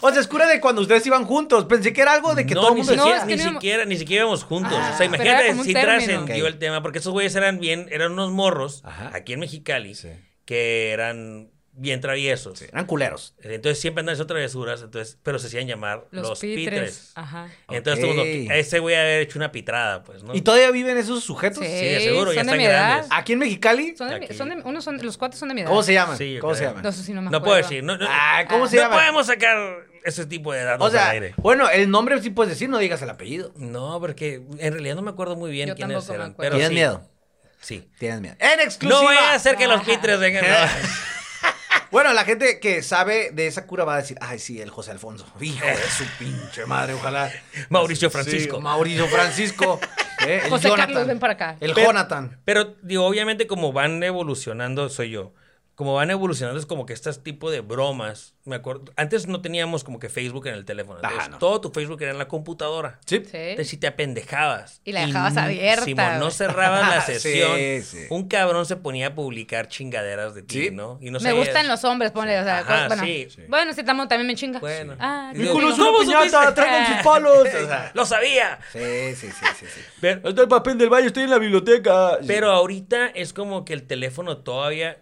S1: o sea, es cura de cuando ustedes iban juntos. Pensé que era algo de que
S3: no,
S1: todo el
S3: ni,
S1: mundo
S2: No,
S3: siquiera,
S2: es que
S3: ni
S2: no íbamos-
S3: siquiera, ni siquiera íbamos juntos.
S2: Ah,
S3: o sea,
S2: pero era
S3: imagínate,
S2: como un
S3: sí
S2: término.
S3: trascendió
S1: Ok.
S3: el tema, porque esos güeyes eran bien, eran unos morros
S1: Ajá.
S3: aquí en Mexicali
S1: Sí.
S3: que eran bien traviesos.
S1: Eran culeros.
S3: Entonces siempre andan haciendo travesuras, entonces, pero se hacían llamar los,
S2: Los, pitres.
S3: pitres.
S2: Ajá.
S3: Entonces, todo el mundo,
S1: Ok.
S3: ese güey haber hecho una pitrada, pues, ¿no?
S1: ¿Y todavía viven esos sujetos?
S2: Sí,
S3: de seguro, ya
S2: son de
S3: están
S2: mi edad.
S3: grandes.
S1: ¿Aquí en Mexicali?
S2: Son de, mi-
S3: Aquí.
S2: son de- unos son, los cuates son de mi edad.
S1: ¿Cómo se llaman?
S3: Sí, yo
S1: ¿Cómo se
S3: creo.
S1: llaman?
S2: No sé si no me
S3: no
S2: acuerdo.
S3: puedo decir, no, no,
S1: Ah, ¿cómo
S2: Ah.
S1: se
S3: no
S1: llaman?
S3: podemos sacar ese tipo de datos
S1: O sea,
S3: al aire.
S1: bueno, el nombre sí puedes decir, no digas el apellido.
S3: No, porque en realidad no me acuerdo muy bien
S2: Yo
S3: quiénes
S2: tampoco me
S3: eran.
S2: acuerdo.
S3: Pero
S1: ¿Tienes
S3: sí,
S1: miedo?
S3: Sí.
S1: Tienes miedo. En exclusiva.
S3: No vaya a ser que
S2: Ah.
S3: los pitres vengan. no.
S1: Bueno, la gente que sabe de esa cura va a decir, ay, sí, el José Alfonso. Hijo de su pinche madre, ojalá.
S3: Mauricio Francisco.
S1: Sí, Mauricio Francisco. eh, el
S2: José
S1: Jonathan.
S2: Carlos, ven para acá.
S1: El
S3: Pero-
S1: Jonathan.
S3: Pero, digo, obviamente, como van evolucionando, soy yo. Como van evolucionando, es como que este tipo de bromas. Me acuerdo. Antes no teníamos como que Facebook en el teléfono.
S1: Ajá,
S3: Entonces,
S1: Ah, no.
S3: Todo tu Facebook era en la computadora.
S2: Sí.
S3: Entonces, si te apendejabas.
S2: Y la dejabas
S3: n-
S2: abierta,
S3: Simón, no
S2: güey.
S3: cerrabas la
S1: Sí,
S3: sesión.
S1: sí.
S3: Un cabrón se ponía a publicar chingaderas de ti,
S1: Sí.
S3: ¿no? Y no
S2: me
S3: sabías.
S2: gustan los hombres, ponle. O sea,
S3: Ajá,
S2: co- bueno,
S3: sí. Sí.
S2: bueno, este tamo también me chinga.
S3: Bueno.
S2: Ah,
S3: Y
S2: no
S1: Mi
S3: digo,
S1: culo es
S2: tengo-
S1: una
S3: ¿cómo supiste?
S1: piñata, traigan sus palos. O sea,
S3: ¡Lo sabía!
S1: sí, sí, sí, sí, sí.
S3: Pero-
S1: Está el papel del baño, estoy en la biblioteca.
S3: Pero ahorita es como que el teléfono todavía.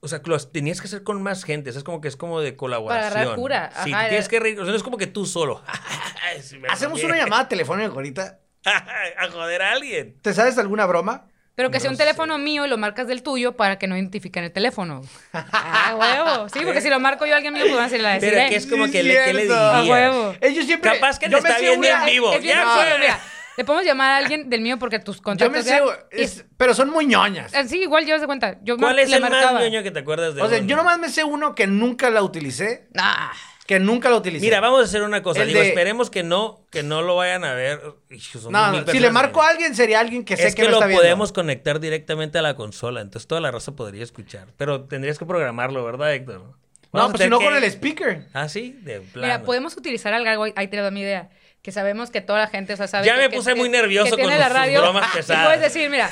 S3: O sea, que los tenías que hacer con más gente. o sea, es como que es como de colaboración.
S2: agarrar cura,
S3: Sí,
S2: ajá.
S3: tienes que reír. O sea, no es como que tú solo. Sí, me
S1: Hacemos
S3: mamé.
S1: una llamada telefónica ahorita.
S3: a joder a alguien.
S1: ¿Te sabes alguna broma?
S2: Pero que sea
S3: No
S2: un teléfono mío y lo marcas del tuyo para que no identifiquen el teléfono. Ah, huevo. Sí, porque si lo marco yo a alguien mío, pues van a decir la de
S3: Pero
S2: Sirene.
S3: que es como
S1: Sí,
S3: que le, ¿qué le
S1: cierto.
S3: dirías?
S2: A huevo.
S1: Ellos siempre.
S3: Capaz que
S1: yo
S3: te
S1: me
S3: está
S1: sé
S3: viendo
S1: una-
S3: en vivo.
S2: Es bien
S3: Ya
S2: sencillo,
S3: fue.
S2: mira, le podemos llamar a alguien del mío porque tus
S1: Yo me
S2: contactos.
S1: sé.
S2: ya-
S1: es- pero son muy ñoñas.
S2: y- Sí, igual llevas de cuenta. Yo
S3: ¿Cuál
S2: mar-
S3: es
S2: le
S3: el
S2: marcaba.
S3: más ñoño que te acuerdas de
S1: O sea,
S3: uno?
S1: yo nomás me sé uno que nunca la utilicé.
S2: Ah,
S1: Que nunca la utilicé.
S3: Mira, vamos a hacer una cosa.
S1: El
S3: Digo,
S1: de-
S3: esperemos que no, que no lo vayan a ver. Hijo, son
S1: No,
S3: mil
S1: no, si le
S3: personas.
S1: marco a alguien sería alguien que sé
S3: es que,
S1: no
S3: lo
S1: está viendo.
S3: podemos conectar directamente a la consola, entonces toda la raza podría escuchar. Pero tendrías que programarlo, ¿verdad, Héctor? Vamos
S1: No,
S3: a
S1: pues si
S3: tener
S1: no
S3: que-
S1: con el speaker.
S3: Ah, sí, de plano.
S2: mira, podemos utilizar algo. ahí- Ahí te da mi idea. Que sabemos que toda la gente, o sea, sabe.
S3: Ya
S2: que-
S3: me
S2: que-
S3: puse
S2: que-
S3: muy nervioso
S2: que tiene
S3: con
S2: la
S3: sus
S2: radio.
S3: bromas
S2: Y
S3: pesadas.
S2: puedes decir, mira,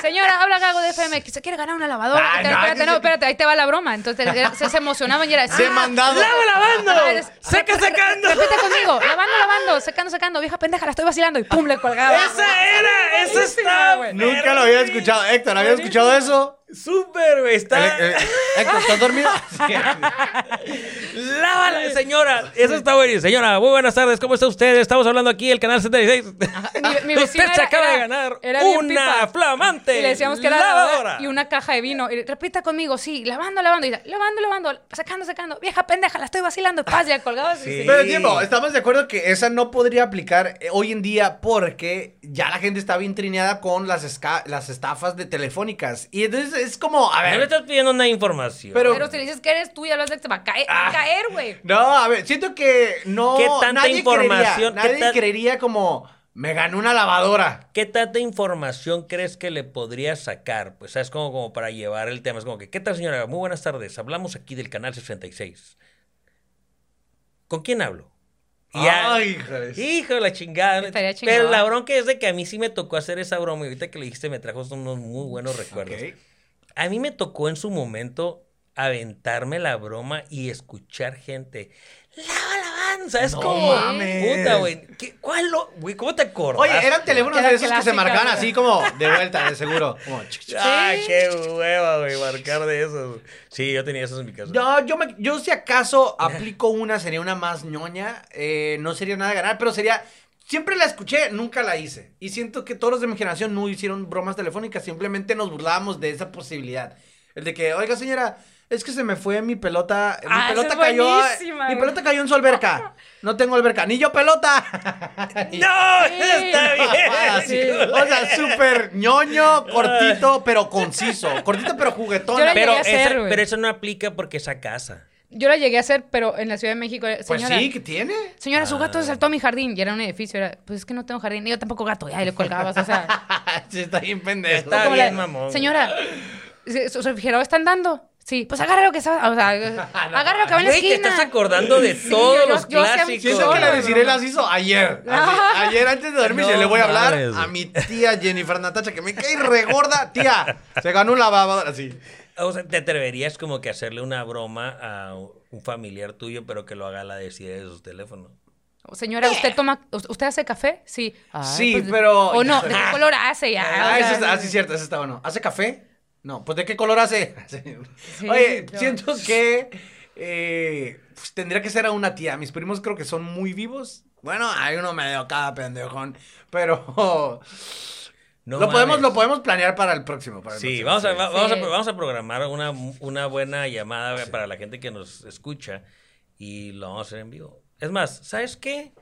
S2: señora, habla algo de FM, que se quiere ganar una lavadora.
S1: Ay,
S2: Espérate,
S1: no,
S2: espérate,
S1: es que-
S2: no, espérate, ahí te va la broma. Entonces era- se, se emocionaban y era.
S1: Se
S2: ah,
S1: mandaba.
S3: ¡Lava lavando!
S2: Ah, eres-
S3: ¡Seca sacando!
S2: Repite conmigo, lavando, lavando, secando, secando, vieja pendeja, la estoy vacilando y pum, le colgaba.
S3: ¡Esa era! ¡Esa
S2: Buenísima,
S3: está!
S2: güey.
S1: Nunca lo había escuchado. eh, Héctor, ¿había
S3: Buenísimo.
S1: escuchado eso?
S3: ¡Súper, güey! Está...
S1: El- el- Héctor, ¿estás dormido? Sí.
S3: ¡Lávala, señora! Eso está bueno. Señora, muy buenas tardes. ¿Cómo está usted? Estamos hablando aquí del Canal 76.
S2: Mi- mi vecina
S3: usted se
S2: era-
S3: Ah, acaba de
S2: era-
S3: ganar
S2: era bien
S3: una
S2: pipa.
S3: flamante
S2: Y le decíamos que era
S3: lavadora.
S2: lavadora y una caja de vino. Y repita conmigo, sí, lavando, lavando, y dice, lavando, lavando, sacando, sacando, vieja pendeja, la estoy vacilando, paz, ya colgaba. Sí, sí.
S1: Pero tiempo, estamos de acuerdo que esa no podría aplicar eh, hoy en día porque ya la gente está bien trineada con las, esca- las estafas de telefónicas. Y entonces es como, a
S3: No le
S1: ver.
S3: estás pidiendo una información.
S1: Pero-
S2: Pero si le dices que eres tú, ya lo has de te va a caer,
S3: Ah.
S2: va a caer, güey.
S1: No, a ver, siento que no.
S3: ¿Qué tanta
S1: nadie
S3: información?
S1: Creería,
S3: ¿Qué
S1: nadie
S3: tan-
S1: creería como, me ganó una lavadora.
S3: ¿Qué tanta información crees que le podrías sacar? Pues es como, como para llevar el tema. Es como que, ¿qué tal, señora? Muy buenas tardes. Hablamos aquí del canal 66. ¿Con quién hablo? Y ya-
S1: Ay, joder.
S3: Hijo de la chingada.
S2: Estaría chingón.
S3: Pero la bronca es de que a mí sí me tocó hacer esa broma. Y ahorita que le dijiste, me trajo unos muy buenos recuerdos.
S1: Ok.
S3: A mí me tocó en su momento aventarme la broma y escuchar gente. ¡Lava la banza! Es
S1: No
S3: como.
S1: mames.
S3: Puta, güey. ¿Qué- ¿Cuál lo.? Güey, ¿cómo te acordás?
S1: Oye, eran teléfonos
S2: Era
S1: de esos que
S2: clásica,
S1: se marcaban
S2: güey.
S1: así como de vuelta, de seguro. Como, ch- ch-
S3: ¡Ah,
S2: Sí.
S3: qué hueva, güey! Marcar de esos. Sí, yo tenía esos en mi casa.
S1: No, yo, me- yo si acaso aplico una, sería una más ñoña. eh, no sería nada ganar, pero sería... Siempre la escuché, nunca la hice. Y siento que todos los de mi generación no hicieron bromas telefónicas, simplemente nos burlábamos de esa posibilidad. El de que, oiga señora, es que se me fue mi pelota. Mi
S2: Ah, esa
S1: pelota
S2: es
S1: cayó.
S2: buenísima,
S1: Mi
S2: güey.
S1: pelota cayó en su alberca. No tengo alberca. ¡Ni yo pelota!
S3: ¡No!
S2: Sí.
S3: ¡Está
S1: Ah,
S3: bien!
S1: sí. O sea, súper ñoño, cortito, pero conciso. Cortito, pero
S2: Yo
S1: juguetón.
S2: la-
S3: Pero,
S2: Llegué a
S3: esa-
S2: ser, güey.
S3: pero eso no aplica porque es a casa.
S2: Yo la llegué a hacer, pero en la Ciudad de México, eh,
S1: Pues
S2: señora.
S1: sí, que tiene.
S2: Señora, su
S3: Ah.
S2: gato se saltó a mi jardín. Y era un edificio. Era, pues es que no tengo jardín. Y yo tampoco gato. Y ahí le colgabas. O sea,
S1: sí, está bien pendejo.
S3: Está
S2: como
S3: bien,
S2: la-
S3: mamón.
S2: Señora, ¿su su refrigerador está andando? Sí, pues agarra lo que está, o sea, agarra lo que va en la
S3: Güey, te
S2: esquina.
S3: estás acordando de
S2: Sí,
S3: todos
S2: yo- yo-
S3: los
S2: yo sé-
S3: clásicos.
S2: Sí,
S1: Siento que
S2: no,
S1: la
S2: no.
S1: visiré las hizo ayer. Así, ayer antes de dormir se
S3: No
S1: le voy a hablar
S3: mames,
S1: a
S3: güey.
S1: mi tía Jennifer Natacha, que me cae regorda. Tía, se ganó un lavadora así.
S3: O sea, ¿te atreverías como que a hacerle una broma a un familiar tuyo, pero que lo haga a la desidia de sus teléfonos?
S2: Señora, ¿usted toma, usted hace café? Sí. Ay, pues,
S1: Sí, pero-
S2: O no, ¿de qué color hace ya?
S1: Ah,
S2: O sea,
S1: eso está, ah, sí, cierto, eso está bueno. ¿Hace café? No, pues ¿de qué color hace? Sí. Oye,
S2: no.
S1: siento que eh, pues, tendría que ser a una tía. Mis primos creo que son muy vivos. Bueno, hay uno medio cada pendejón, pero
S3: No
S1: lo podemos
S3: mames.
S1: lo podemos planear para el próximo. para el
S3: Sí,
S1: próximo,
S3: vamos a, va-
S2: Sí.
S3: Vamos, a, vamos a programar una, una buena llamada para la gente que nos escucha y lo vamos a hacer en vivo. Es más, ¿sabes qué?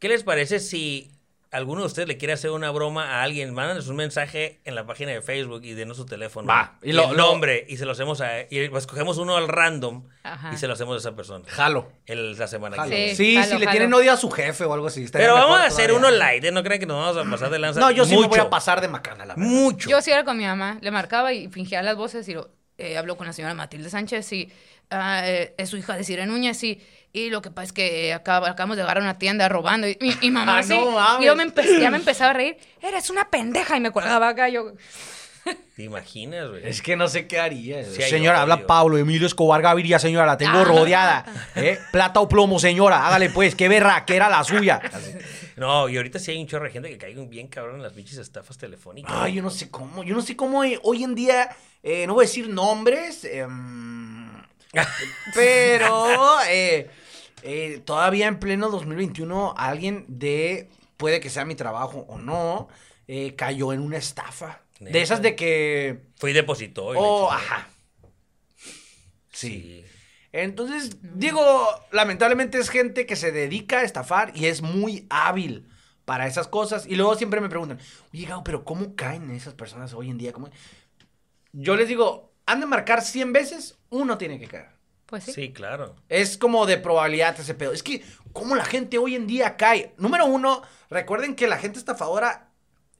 S3: ¿Qué les parece si alguno de ustedes le quiere hacer una broma a alguien? Mándanos un mensaje en la página de Facebook y denos su teléfono.
S1: Va, y
S3: Y,
S1: lo- lo-
S3: el nombre y se lo hacemos a... Y escogemos uno al random
S2: Ajá.
S3: y se lo hacemos a esa persona.
S1: Jalo.
S3: El- la semana
S1: jalo.
S3: que viene.
S1: Sí,
S2: Sí,
S1: si
S2: jalo,
S1: le
S2: jalo.
S1: tienen odio a su jefe o algo así. estaría
S3: Pero vamos
S1: mejor
S3: a hacer
S1: todavía.
S3: uno light, ¿eh? No crean que nos vamos a pasar de lanza.
S1: No, yo sí me voy a
S3: Mucho,
S1: pasar de macana, la verdad.
S3: Mucho.
S2: Yo sí era con mi mamá, le marcaba y fingía las voces y lo, eh, habló con la señora Matilde Sánchez y ah, eh, es su hija de Cira Núñez y, y lo que pasa es que eh, acab- acabamos de agarrar una tienda robando y, y- y mamá
S1: Ah,
S2: sí,
S1: no mames.
S2: y yo me empe- ya me empezaba a reír, eres una pendeja y me colgaba acá yo.
S3: ¿Te imaginas, güey?
S1: Es que no sé qué haría.
S3: Sí, hay
S1: señora,
S3: odio.
S1: habla Pablo Emilio Escobar Gaviria, señora, la tengo rodeada. ¿eh? Plata o plomo, señora, hágale pues, qué berra, que era la suya. Así.
S3: No, y ahorita sí hay un chorro de gente que cae bien cabrón en las pinches estafas telefónicas.
S1: Ay, yo no sé cómo, yo no sé cómo eh, hoy en día, eh, no voy a decir nombres, em, pero eh, eh, todavía en pleno 2021 alguien de, puede que sea mi trabajo o no, eh, cayó en una estafa. De
S3: Neta.
S1: esas de que...
S3: Fui y depositó. y la
S1: Oh,
S3: chingada.
S1: ajá. sí.
S3: Sí.
S1: Entonces, digo, lamentablemente es gente que se dedica a estafar y es muy hábil para esas cosas. Y luego siempre me preguntan, oye, Gabo, pero ¿cómo caen esas personas hoy en día? ¿Cómo-?" Yo les digo, han de marcar 100 veces, uno tiene que caer.
S2: Pues sí.
S3: Sí, claro.
S1: Es como de probabilidad ese pedo. Es que, ¿cómo la gente hoy en día cae? Número uno, recuerden que la gente estafadora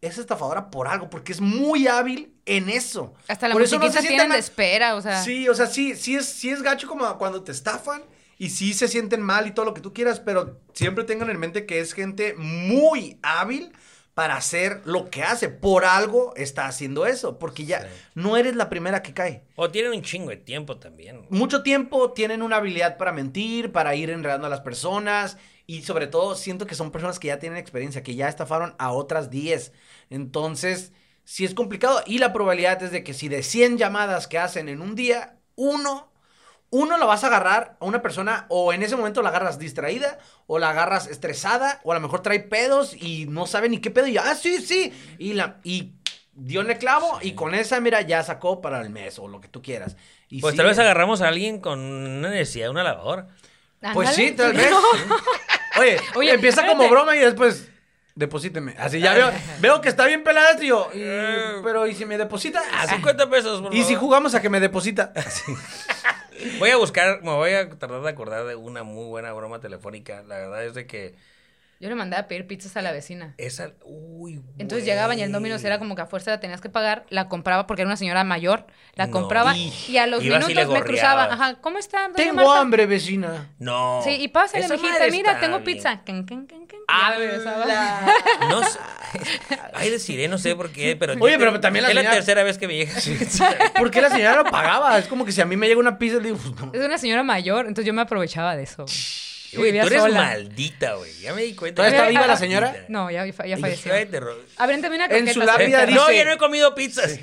S1: es estafadora por algo, porque es muy hábil en eso.
S2: Hasta la
S1: Por eso no
S2: musiquita
S1: se sientan
S2: tienen
S1: a-
S2: de espera, o sea.
S1: Sí, o sea, sí, sí es, sí es gacho como cuando te estafan y sí se sienten mal y todo lo que tú quieras, pero siempre tengan en mente que es gente muy hábil para hacer lo que hace. Por algo está haciendo eso, porque ya
S3: Sí.
S1: no eres la primera que cae.
S3: O tienen un chingo de tiempo también.
S1: Mucho tiempo tienen una habilidad para mentir, para ir enredando a las personas y sobre todo siento que son personas que ya tienen experiencia, que ya estafaron a otras 10. Entonces, sí es complicado y la probabilidad es de que si de 100 llamadas que hacen en un día, uno, uno la vas a agarrar a una persona o en ese momento la agarras distraída o la agarras estresada o a lo mejor trae pedos y no sabe ni qué pedo y ah, sí, sí, y la... Y, Dio en el clavo y con esa, mira, ya sacó para el mes o lo que tú quieras. Y
S3: Pues
S1: sí,
S3: tal vez
S1: es-
S3: agarramos a alguien con una necesidad de una lavadora.
S1: Pues
S2: Ándale.
S1: sí, tal vez. Oye,
S2: Oye,
S1: empieza como
S2: espérate.
S1: broma y después, deposíteme. Así ya veo, veo que está bien pelada, este, y yo, y-
S2: Eh.
S1: pero ¿y si me deposita?
S3: A
S1: Así.
S3: 50 Ah, pesos,
S2: Ah,
S3: por
S1: Ah, ¿Y si
S3: favor.
S1: jugamos a que me deposita?
S3: Voy a buscar, me voy a tratar de acordar de una muy buena broma telefónica. La verdad es de que
S2: Yo le mandaba a pedir pizzas a la vecina.
S3: esa... Uy,
S2: Entonces
S3: güey.
S2: llegaban y el Domino's era como que a fuerza la tenías que pagar, la compraba porque era una señora mayor, la
S3: No.
S2: compraba
S3: Ij.
S2: y a los
S3: Ibas y le
S2: minutos me cruzaba.
S3: gorreabas.
S2: Ajá, ¿cómo está? doña
S1: Tengo
S2: Marta?"
S1: hambre, vecina.
S3: No.
S2: Sí, y pásale,
S3: Esa
S2: mijita,
S3: madre
S2: mira,
S3: está
S2: tengo
S3: bien.
S2: pizza. Can, can, can, can. Ya
S1: Ah,
S2: me regresaba.
S3: No sé. Ay, deciré, no sé por qué, pero...
S1: Oye, pero también la
S3: Es la
S1: señora-
S3: tercera vez que me llega.
S1: ¿Por qué la señora lo pagaba? Es como que si a mí me llega una pizza, le digo, pues, no.
S2: Es una señora mayor, entonces yo me aprovechaba de eso. Y
S3: Güey,
S2: vivía
S3: tú eres
S2: sola.
S3: maldita, güey. Ya me di cuenta.
S1: ¿Todavía
S2: está viva la
S1: señora?
S2: No, ya, fa- ya
S3: Ay,
S2: falleció.
S3: ay, te ro- Eh,
S2: Abren también una
S1: En
S2: croqueta.
S1: su
S2: ¿sí?
S1: lápida
S2: Perdón.
S3: No,
S1: dice-
S3: yo no he comido pizzas.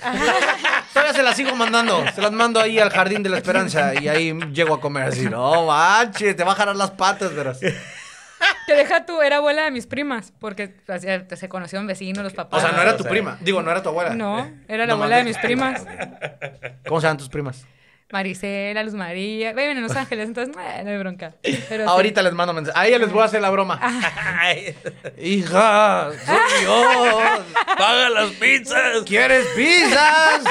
S1: Todavía se las sigo mandando. Se las mando ahí al jardín de la esperanza y ahí llego a comer. Así, no manches, te va a jalar las patas, verás.
S2: Te deja tú, era abuela de mis primas, porque hacía- se conocieron vecinos, los
S1: O
S2: papás.
S1: sea, no era tu
S3: O sea,
S1: prima. Digo, no era tu abuela.
S2: Ah, No, era
S1: Nomás
S2: la abuela de
S1: de-
S2: mis primas.
S1: ¿Cómo se llaman tus primas?
S2: Maricela, Luz María. Viven en Los Ángeles, entonces eh, no hay bronca. Pero sí.
S1: Ahorita les mando mensaje. A ella les voy a hacer la broma.
S3: Ay,
S1: Hija, soy yo.
S3: Paga las pizzas.
S1: ¿Quieres pizzas?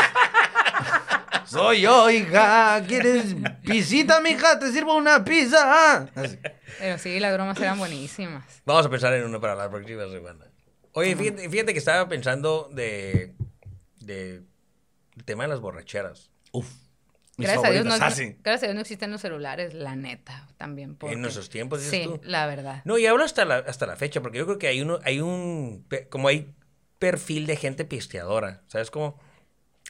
S1: Soy yo, hija. ¿Quieres pisita, mija? Te sirvo una pizza. Así.
S2: Pero sí, las bromas eran buenísimas.
S3: Vamos a pensar en uno para la próxima semana. Oye, fíjate, fíjate que estaba pensando de, de el tema de las borracheras.
S1: Uf. Mis
S2: gracias, a Dios no,
S1: favoritas. Ah, sí.
S2: gracias a Dios no existen los celulares, la neta, también. porque-
S3: En nuestros tiempos, dices
S2: Sí,
S3: tú.
S2: la verdad.
S3: No, y hablo hasta la, hasta la fecha, porque yo creo que hay uno, hay un, pe- como hay perfil de gente pisteadora, ¿sabes? Como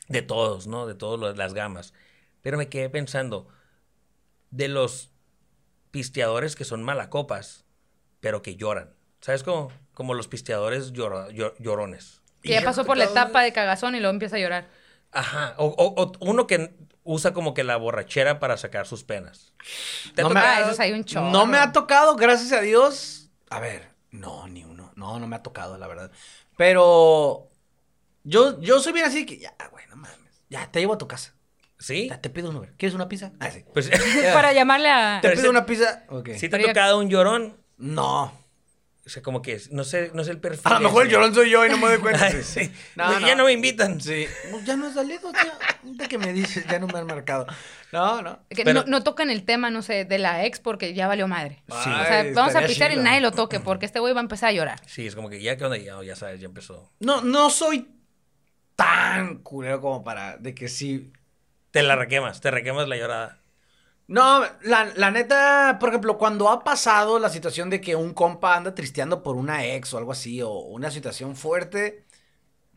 S3: de todos, ¿no? De todas las gamas. Pero me quedé pensando, de los pisteadores que son malacopas, pero que lloran, ¿sabes? Como, como los pisteadores lloro- llor- llorones.
S2: Que ya
S1: Híjole,
S2: pasó por la
S1: cabrón.
S2: etapa de cagazón y luego empieza a llorar.
S3: Ajá, o, o- o uno que usa como que la borrachera para sacar sus penas. ¿Te ha
S2: me-
S3: tocado?
S2: Ah, esos hay un chorro.
S1: No me ha tocado, gracias a Dios. A ver, no, ni uno. No, no me ha tocado, la verdad. Pero yo, yo soy bien así que, ya, güey, no mames. Ya, te llevo a tu casa.
S3: Sí,
S1: Ya, te pido un Uber. ¿Quieres una pizza? Ah, sí.
S3: pues
S2: Para llamarle a...
S1: Te
S3: Pero ese-
S1: pido una pizza. Ok.
S3: si te ha
S2: Pero ya-
S3: tocado un llorón,
S1: No.
S3: O sea, como que no sé, no sé el perfil.
S1: A lo mejor el
S3: ese.
S1: llorón soy yo y no me doy cuenta.
S3: Ay, sí.
S1: No,
S3: Pues Ya no me invitan.
S1: Sí. No, Ya no he salido, tía. Ahorita que me dices, ya no me han marcado. No, no.
S2: Que
S3: Pero-
S2: no, no tocan el tema, no sé, de la ex porque ya valió madre.
S1: Sí.
S2: o sea,
S1: Ay,
S2: vamos a
S1: estaría
S2: pistear y
S1: chido.
S2: nadie lo toque porque este güey va a empezar a llorar.
S3: Sí, es como que ya que onda, ya, ya sabes, ya empezó.
S1: No, no soy tan culero como para de que sí.
S3: Te la requemas, te requemas la llorada.
S1: No, la, la neta, por ejemplo, cuando ha pasado la situación de que un compa anda tristeando por una ex o algo así, o una situación fuerte,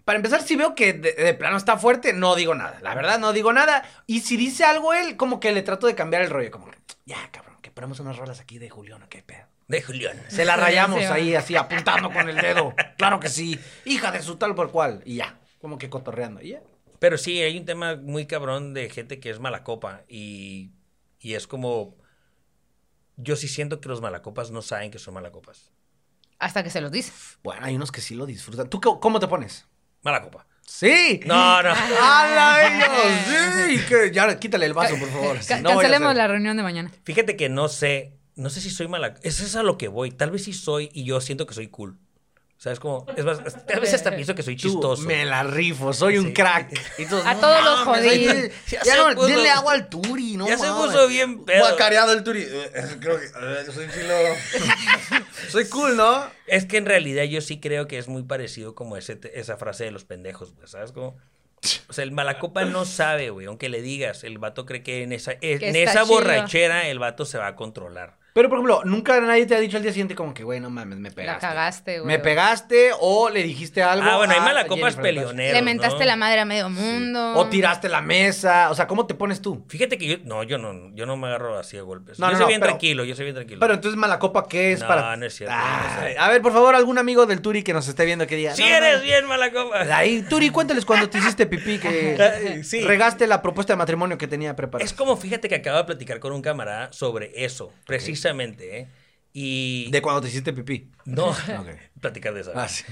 S1: para empezar, si veo que de, de plano está fuerte, no digo nada. La verdad, no digo nada. Y si dice algo él, como que le trato de cambiar el rollo, como que, ya, cabrón, que ponemos unas rolas aquí de Julián, ¿o qué pedo?
S3: De Julián.
S1: Se la rayamos
S2: Sí, va.
S1: ahí, así, apuntando con el dedo. Claro que sí. Hija de su tal por cual. Y ya, como que cotorreando. Y ya.
S3: Pero sí, hay un tema muy cabrón de gente que es malacopa y, y es como. Yo sí siento que los malacopas no saben que son malacopas.
S2: Hasta que se los dice.
S1: Bueno, hay unos que sí lo disfrutan. ¿Tú qué- cómo te pones?
S3: Malacopa.
S1: ¡Sí!
S3: No, no.
S1: ¡Hala, ellos! ¡Sí! Que ya, quítale el vaso, por favor.
S2: Ca-
S1: No vaya a
S2: cancelemos
S1: ser.
S2: la reunión de mañana.
S3: Fíjate que no sé, no sé si soy mala. Eso es a lo que voy. Tal vez sí soy y yo siento que soy cool. ¿Sabes cómo? Es más, tal vez hasta pienso que soy
S1: Tú,
S3: chistoso.
S1: me la rifo, soy un
S3: Sí.
S1: crack. Y
S2: A todos los
S1: mames,
S2: jodí.
S1: oye,
S3: Ya
S1: Ya
S3: se
S1: no,
S3: puso-
S1: denle agua al Turi, no
S3: ya se
S1: mames.
S3: puso bien pedo.
S1: Guacareado el Turi. Eh, eh, Creo que eh, soy chilo. soy cool, ¿no?
S3: Es que en realidad yo sí creo que es muy parecido como ese te- esa frase de los pendejos, güey, ¿sabes? Como, o sea, el malacopa no sabe, güey, aunque le digas, el vato cree que en esa, en
S2: Que está
S3: esa
S2: chido.
S3: borrachera el vato se va a controlar.
S1: Pero, por ejemplo, nunca nadie te ha dicho al día siguiente como que, güey, no mames, me pegaste.
S2: cagaste, güey.
S1: Me pegaste o le dijiste algo.
S3: ah, bueno, hay
S1: a Jennifer
S3: malacopas
S1: López.
S3: peleoneros,
S2: Le mentaste
S3: ¿no?
S2: la madre a medio mundo.
S1: O tiraste la mesa. O sea, ¿cómo te pones tú?
S3: Fíjate que yo, no, yo no, yo no me agarro así a golpes.
S1: No,
S3: yo
S1: no,
S3: soy
S1: no,
S3: bien
S1: pero-
S3: tranquilo, yo soy bien tranquilo.
S1: Pero entonces, malacopa, ¿qué es
S3: No,
S1: para.?
S3: no es cierto,
S1: Ay,
S3: no es cierto.
S1: A ver, por favor, algún amigo del Turi que nos esté viendo que diga.
S3: Si
S1: "No, no,
S3: eres
S1: no".
S3: bien malacopa.
S1: Ahí, Turi, cuéntales cuando te hiciste pipí que eh,
S3: Ay, Ah, Sí.
S1: regaste la propuesta de matrimonio que tenía preparada.
S3: Es como, fíjate que acabo de platicar con un camarada sobre eso, precisamente, ¿eh? Y...
S1: De cuando te hiciste pipí.
S3: No,
S1: Ok.
S3: platicar de eso.
S1: Ah, sí.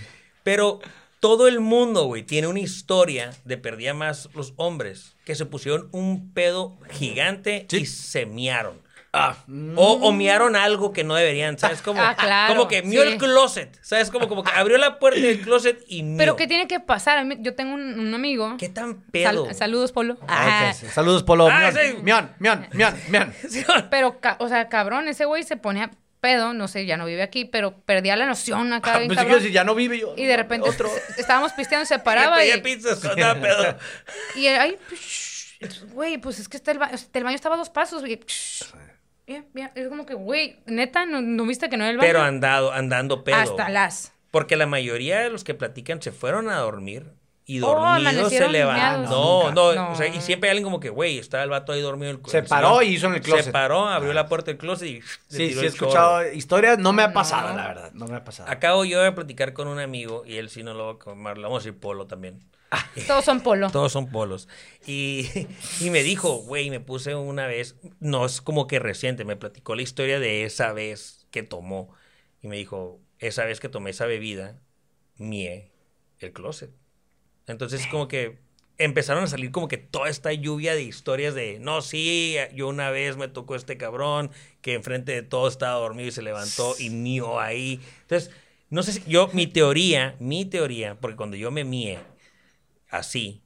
S3: Pero todo el mundo, güey, tiene una historia de perdía más los hombres que se pusieron un pedo gigante
S1: Sí.
S3: y se miaron.
S1: Ah,
S3: O, o miaron algo que no deberían, ¿sabes? Como,
S2: Ah, claro,
S3: como que mió
S2: sí.
S3: el closet, ¿sabes? Como, como que abrió la puerta del closet y mió.
S2: Pero ¿qué tiene que pasar? A mí- Yo tengo un, un amigo.
S3: ¿Qué tan
S2: Sal-
S3: pedo?
S2: saludos, Polo.
S1: Ah,
S2: Ajá.
S1: ok, sí. Saludos, Polo.
S3: Ah,
S1: Mion,
S3: sí.
S1: mion, mion, mion, mion.
S3: Sí,
S2: Pero, ca- o sea, cabrón, ese güey se pone a pedo, no sé, ya no vive aquí, pero perdía la noción
S3: Ah,
S2: acá. bien
S1: Pues sí,
S2: cabrón.
S1: quiero decir, ya no vive yo.
S2: y de repente se- estábamos pisteando, se paraba
S3: pedía
S2: y,
S3: pizza, estaba pedo.
S2: y él, ay, psh, güey, pues es que está el, ba- o sea, el baño estaba a dos pasos. güey, psh, bien, bien. Es como que, güey, neta, ¿no, no viste que no era el baño?
S3: Pero andado, andando pedo.
S2: Hasta las.
S3: Porque la mayoría de los que platican se fueron a dormir y
S2: Oh,
S3: dormidos se
S2: amanecieron
S3: levantaron. No,
S1: meados.
S3: no,
S2: No.
S3: o sea, y siempre hay alguien como que, güey, estaba el vato ahí dormido. El,
S1: Se
S3: el
S1: paró
S3: señor.
S1: y hizo en el closet. Ah.
S3: Se paró, abrió la puerta del closet y le
S1: Sí,
S3: tiró
S1: sí he
S3: el chorro.
S1: escuchado historias, no me ha
S2: No.
S1: pasado, la verdad, no me ha pasado.
S3: Acabo yo de platicar con un amigo y él sí no lo va a comer, lo vamos a decir polo también.
S2: Todos son polo.
S3: Todos son polos. Y, y me dijo, güey, me puse una vez, no es como que reciente, me platicó la historia de esa vez que tomó. Y me dijo, esa vez que tomé esa bebida, mié el closet. Entonces como que empezaron a salir como que toda esta lluvia de historias de, no, sí, yo una vez me tocó este cabrón que enfrente de todo estaba dormido y se levantó y mío ahí. Entonces, no sé si yo, mi teoría, mi teoría, porque cuando yo me mié así,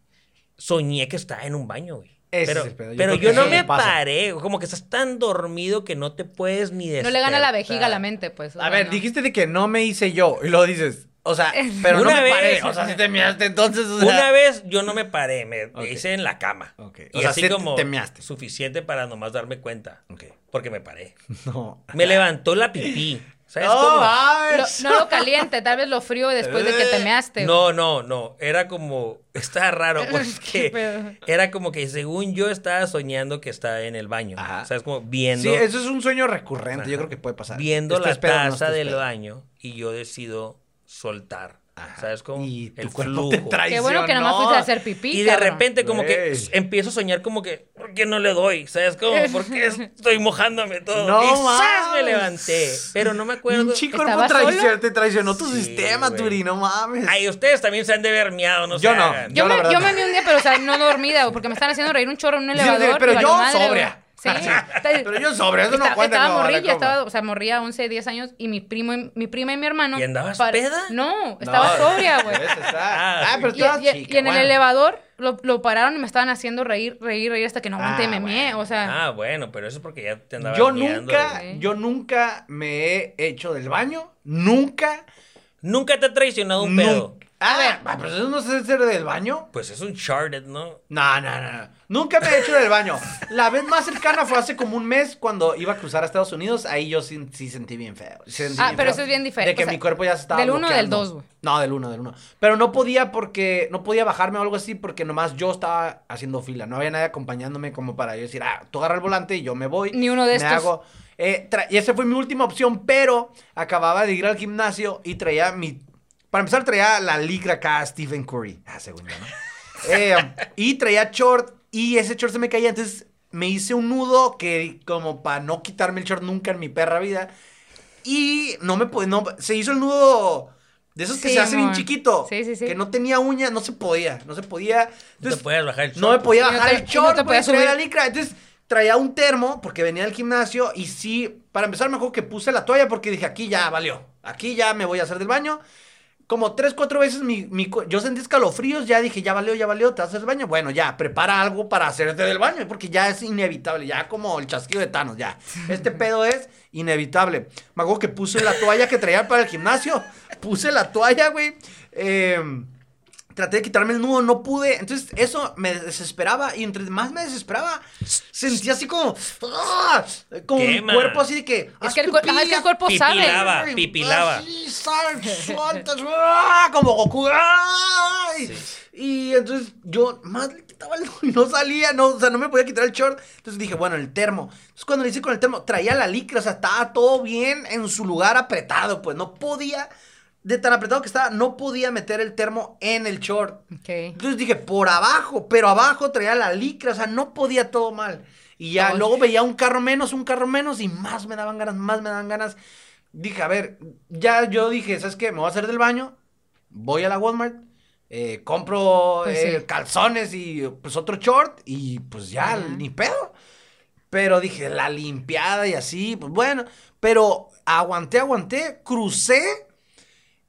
S3: soñé que estaba en un baño, güey.
S1: Ese
S3: pero
S1: es el pedo. Yo
S3: pero
S1: creo
S3: yo,
S1: que
S3: no
S1: eso
S3: me
S1: le pasa.
S3: paré, como que estás tan dormido que no te puedes ni
S2: No
S3: despertar.
S2: le gana la vejiga a la mente, pues. o
S1: A
S2: sea,
S1: ver,
S2: no.
S1: dijiste de que no me hice yo, y luego dices, O sea, pero
S3: Una
S1: no me paré.
S3: vez.
S1: O sea, si te miraste entonces. O sea,
S3: Una vez yo no me paré, me me
S1: Ok.
S3: hice en la cama.
S1: Ok.
S3: Y
S1: O sea,
S3: así
S1: sí te-
S3: como
S1: te measte.
S3: suficiente para nomás darme cuenta.
S1: Ok.
S3: Porque me paré.
S1: No.
S3: Me levantó la pipí. ¿Sabes
S2: Oh,
S1: No,
S3: cómo?
S2: Lo-
S1: mames.
S2: no lo caliente, tal vez lo frío después de que te measte.
S3: No, no, no. Era como. Estaba raro
S2: ¿Qué
S3: porque
S2: pedo?
S3: era como que según yo estaba soñando que estaba en el baño.
S1: Ajá.
S3: ¿Sabes? Como viendo,
S1: Sí, eso es un sueño recurrente. Yo creo que puede pasar.
S3: viendo
S1: Estés
S3: la
S1: pedo o no
S3: taza
S1: estés
S3: del
S1: pedo.
S3: baño y yo decido soltar.
S1: Ajá.
S3: ¿Sabes? Como
S1: Y tu
S3: el
S1: cuerpo
S3: flujo.
S1: te traicionó.
S2: Qué bueno que nomás fuiste a hacer pipí.
S3: Y de
S2: cabrón.
S3: repente como que
S1: Güey.
S3: empiezo a soñar como que, ¿por qué no le doy? ¿Sabes cómo? ¿Por qué estoy mojándome todo?
S1: No
S3: y ¡zas! me
S1: mames.
S3: levanté. Pero no me acuerdo.
S1: Un chico
S2: ¿Estaba
S1: traicionó,
S2: solo?
S1: te traicionó tu
S3: Sí,
S1: sistema,
S3: güey.
S1: Turi. No mames.
S3: Ay, ustedes también se han de ver miado, no
S1: Yo
S3: se
S1: no.
S3: hagan.
S2: Yo,
S1: Yo, la
S2: me,
S1: verdad,
S2: yo
S1: no.
S2: me vi un día, pero o sea, no dormida, porque me están haciendo reír un chorro en un
S1: Sí,
S2: elevador.
S1: pero
S2: y valió
S1: yo
S2: madre, güey.
S1: sobria. Ah,
S2: Sí. está-
S1: Pero yo sobria, eso no
S2: Esta-
S1: cuenta,
S2: Estaba
S1: no, vale,
S2: morrilla,
S1: ¿cómo?
S2: estaba, o sea, morría 11, 10 años y mi primo y, mi prima y mi hermano.
S3: ¿Y andabas
S2: para-
S3: peda?
S2: No, estaba sobria, güey.
S1: ¿Ves? Está-
S3: Ah,
S1: Ah, pero
S2: Y,
S1: estabas
S2: y-
S1: chica,
S2: y en
S1: bueno.
S2: el elevador lo, lo pararon y me estaban haciendo reír, reír, reír hasta que no aguanté
S1: Ah,
S2: y me
S1: bueno.
S2: mié. O sea,
S3: Ah, bueno, pero eso es porque ya te andaba
S1: Yo
S3: miando,
S1: nunca,
S3: güey.
S2: güey.
S1: yo nunca me he hecho del baño. Nunca.
S3: Nunca te ha traicionado un pedo.
S1: nun- Ah, ah, pues eso no es hacer del baño.
S3: Pues es un charted, ¿no?
S1: No, no, no. no. Nunca me he hecho del baño. La vez más cercana fue hace como un mes cuando iba a cruzar a Estados Unidos. Ahí yo sí, sí sentí bien feo. sentí
S2: Ah,
S1: bien
S2: pero
S1: feo
S2: eso es bien diferente,
S1: De que
S2: o sea,
S1: mi cuerpo ya se estaba.
S2: del uno o del
S1: bloqueando.
S2: dos, güey.
S1: No, del uno, del uno. Pero no podía porque. No podía bajarme o algo así porque nomás yo estaba haciendo fila. No había nadie acompañándome como para yo decir, ah, tú agarra el volante y yo me voy.
S2: Ni uno de
S1: me
S2: estos.
S1: hago- eh, tra- y esa fue mi última opción, pero acababa de ir al gimnasio y traía mi. Para empezar, traía la ligra acá a Stephen Curry. Ah, según yo, ¿no? Eh, y traía short y ese short se me caía. Entonces me hice un nudo que, como para no quitarme el short nunca en mi perra vida. Y no me pude. No, se hizo el nudo de esos que
S2: Sí,
S1: se hacen bien
S2: amor.
S1: chiquito.
S2: Sí, sí, sí.
S1: Que no tenía uña, no se podía. No se podía.
S3: No te
S1: Entonces,
S3: podías bajar el
S1: no me
S3: short.
S1: podía
S2: Y no
S1: bajar
S2: te-
S1: el
S2: y no
S1: short,
S2: te
S1: güey,
S2: podías
S1: traía la
S2: subir.
S1: licra. Entonces traía un termo porque venía al gimnasio y sí, para empezar me acuerdo que puse la toalla porque dije, aquí ya valió, aquí ya me voy a hacer del baño. Como tres, cuatro veces mi, mi cu- yo sentí escalofríos, ya dije, ya valió, ya valió, te vas a hacer del baño. Bueno, ya, prepara algo para hacerte del baño, porque ya es inevitable, ya como el chasquido de Thanos, ya. Este pedo es inevitable. Me acuerdo que puse la toalla que traía para el gimnasio, puse la toalla, güey. Eh, Traté de quitarme el nudo, no pude. Entonces, eso me desesperaba. Y entre más me desesperaba, sentía así como. ¡ah! Como mi
S3: Quema.
S1: cuerpo así de que. "Ah,
S2: Es
S1: "Haz
S2: que el cuer-
S1: pipí,
S2: ajá, es que el
S1: haz
S2: cuerpo sabe.
S3: Pipilaba.
S1: pipí".
S3: pipilaba.
S1: Así, sal, sueltas, ¡ah! como Goku. ¡ay! Y entonces yo más le quitaba el nudo y no salía. No, o sea, no me podía quitar el short. Entonces dije, bueno, el termo. Entonces, cuando le hice con el termo, traía la licra. O sea, estaba todo bien en su lugar apretado. Pues no podía. De tan apretado que estaba, no podía meter el termo en el short.
S2: ok.
S1: Entonces dije, por abajo, pero abajo traía la licra, o sea, no podía todo mal. Y ya
S2: Ay.
S1: luego veía un carro menos, un carro menos, y más me daban ganas, más me daban ganas. Dije, a ver, ya yo dije, ¿sabes qué? Me voy a hacer del baño, voy a la Walmart, eh, compro
S2: Pues
S1: eh,
S2: sí.
S1: calzones y pues otro short, y pues ya,
S2: Ajá.
S1: ni pedo. Pero dije, la limpiada y así, pues bueno. Pero aguanté, aguanté, crucé.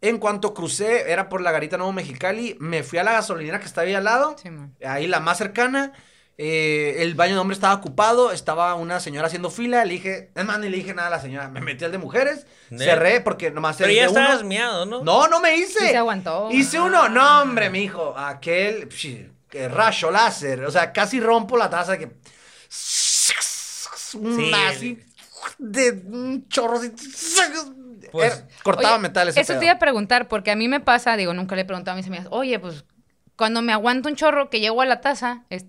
S1: En cuanto crucé, era por la garita Nuevo Mexicali, me fui a la gasolinera que estaba ahí al lado,
S2: Sí, man.
S1: ahí la más cercana. eh, el baño de hombre estaba ocupado, estaba una señora haciendo fila, le dije, es más, ni le dije nada a la señora, me metí al de mujeres,
S3: Neta.
S1: cerré porque nomás
S3: Pero
S1: el
S3: ya
S1: de uno.
S3: estabas miado, ¿no?
S1: No, no me hice.
S2: Sí se aguantó. Ah.
S1: Hice uno, no, hombre, mi hijo, aquel psh, que rayo láser, o sea, casi rompo la taza de que un
S3: Sí.
S1: así de un chorro así,
S3: Pues-
S1: Era- cortaba
S2: Oye,
S1: metal ese
S2: Eso
S1: pedo.
S2: te iba a preguntar, porque a mí me pasa, digo, nunca le he preguntado a mis amigas, oye, pues cuando me aguanto un chorro que llego a la taza, es-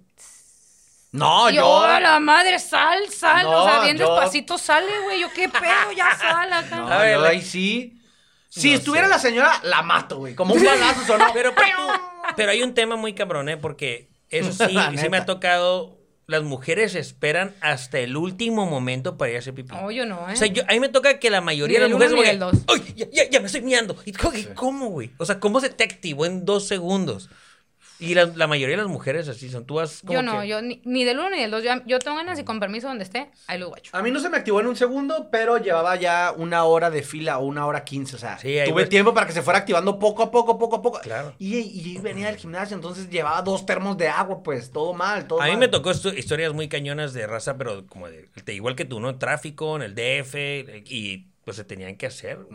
S1: No,
S2: y
S1: yo
S2: yo, "¡Ah, la madre, sal, sal, o
S1: No,
S2: sea, bien
S1: yo-
S2: despacito sale, güey, yo qué pedo, ya sal acá.
S1: No,
S3: A ver,
S1: yo
S3: la-
S1: ahí sí. Si
S3: No
S1: estuviera
S3: sé.
S1: la señora, la mato, güey. Como un balazo sonó.
S3: Pero, pero, pero hay un tema muy cabrón, ¿eh? Porque eso sí,
S1: La
S3: sí me
S1: neta.
S3: ha tocado. Las mujeres esperan hasta el último momento para ir a hacer pipí.
S1: Oh,
S2: No, yo no, ¿eh?
S3: O sea, yo- a mí me toca que la mayoría de
S2: Ni
S3: las
S2: del
S3: mujeres.
S2: uno ni
S3: como que,
S2: del
S3: ¡Ay! Ya, ya- ya me estoy miando. Y como que, ¿Cómo, güey? O sea, ¿cómo se te activó en dos segundos? Y la, la mayoría de las mujeres así son. Tú vas como
S2: yo no,
S3: que-
S2: yo ni, ni del uno ni del dos, yo, yo tengo ganas y con permiso donde esté, ahí lo guacho.
S1: A mí no se me activó en un segundo, pero llevaba ya una hora de fila o una hora quince. O sea,
S3: Sí, ahí
S1: tuve
S3: vas-
S1: tiempo para que se fuera activando poco a poco, poco a poco.
S3: Claro.
S1: Y, y venía del gimnasio, entonces llevaba dos termos de agua, pues todo mal, todo
S3: A mí
S1: mal.
S3: me tocó esto- historias muy cañonas de raza, pero como de, de igual que tú, ¿no? En tráfico, en el DF, y pues se tenían que hacer.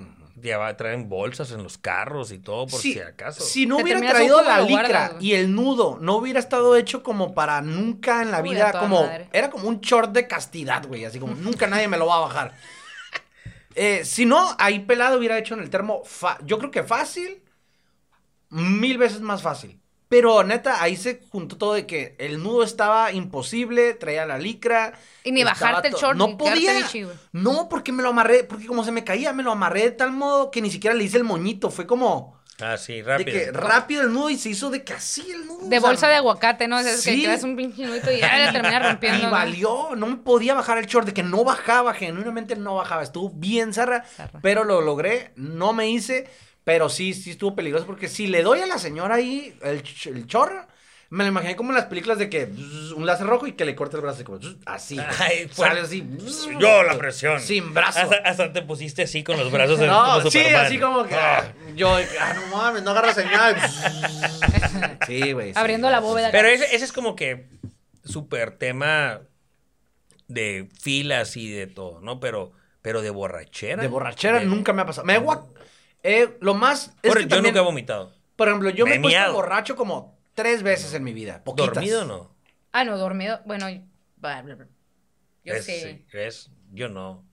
S3: lleva- traen bolsas en los carros y todo por si,
S1: si,
S3: acaso.
S1: si no
S2: Te
S1: hubiera
S2: terminas
S1: traído
S2: un jugo
S1: la
S2: de guarda,
S1: licra
S2: güey.
S1: y el nudo, no hubiera estado hecho como para nunca en la
S2: Uy, a
S1: vida,
S2: toda
S1: como
S2: madre.
S1: era como un short de castidad, güey, así como nunca nadie me lo va a bajar. Eh, si no, ahí pelado hubiera hecho en el termo, fa- yo creo que fácil, mil veces más fácil. Pero neta, ahí se juntó todo de que el nudo estaba imposible, traía la licra.
S2: Y ni
S1: estaba
S2: bajarte el
S1: to-
S2: short, ni
S1: No
S2: quedarte
S1: podía.
S2: bichi, güey.
S1: No, porque me lo amarré, porque como se me caía, me lo amarré de tal modo que ni siquiera le hice el moñito. Fue como
S3: Ah, sí,
S1: de
S3: rápido.
S1: que rápido el nudo y se hizo de que así el nudo.
S2: De
S1: o sea,
S2: bolsa de aguacate, ¿no? O sea, es que
S1: sí.
S2: quedas un pinche nudito y ya la terminas rompiendo.
S1: Y
S2: ¿no?
S1: valió, no me podía bajar el short, de que no bajaba, genuinamente no bajaba. Estuvo bien zarra,
S2: Zarra.
S1: pero lo logré, no me hice, pero sí, sí estuvo peligroso, porque si le doy a la señora ahí el, ch- el chorro, me lo imaginé como en las películas de que zzz, un láser rojo y que le corta el brazo, y como zzz, así.
S3: Ay, fue-
S1: sale así. zzz,
S3: Yo la presión.
S1: Sin brazo.
S3: Hasta, hasta te pusiste así con los brazos en
S1: No,
S3: como
S1: sí,
S3: Superman.
S1: así como que.
S3: Ah.
S1: ah, Yo, ah, no mames, no agarra señal. Sí, güey. sí.
S2: Abriendo la bóveda.
S3: Pero ese, ese es como que súper tema de filas y de todo, ¿no? Pero, pero de borrachera.
S1: De borrachera
S3: De-
S1: nunca me ha pasado. Me he guac- eh, lo más. es
S3: Por-
S1: que
S3: yo
S1: también-
S3: nunca he vomitado.
S1: Por ejemplo, yo
S3: Me
S1: me
S3: he
S1: he puesto
S3: miado.
S1: borracho como tres veces en mi vida. Poquitas.
S3: ¿Dormido o no?
S2: Ah, no, dormido. Bueno, y- bla, bla, bla. yo
S1: Pues
S3: Es-
S2: sí.
S3: es- Yo no.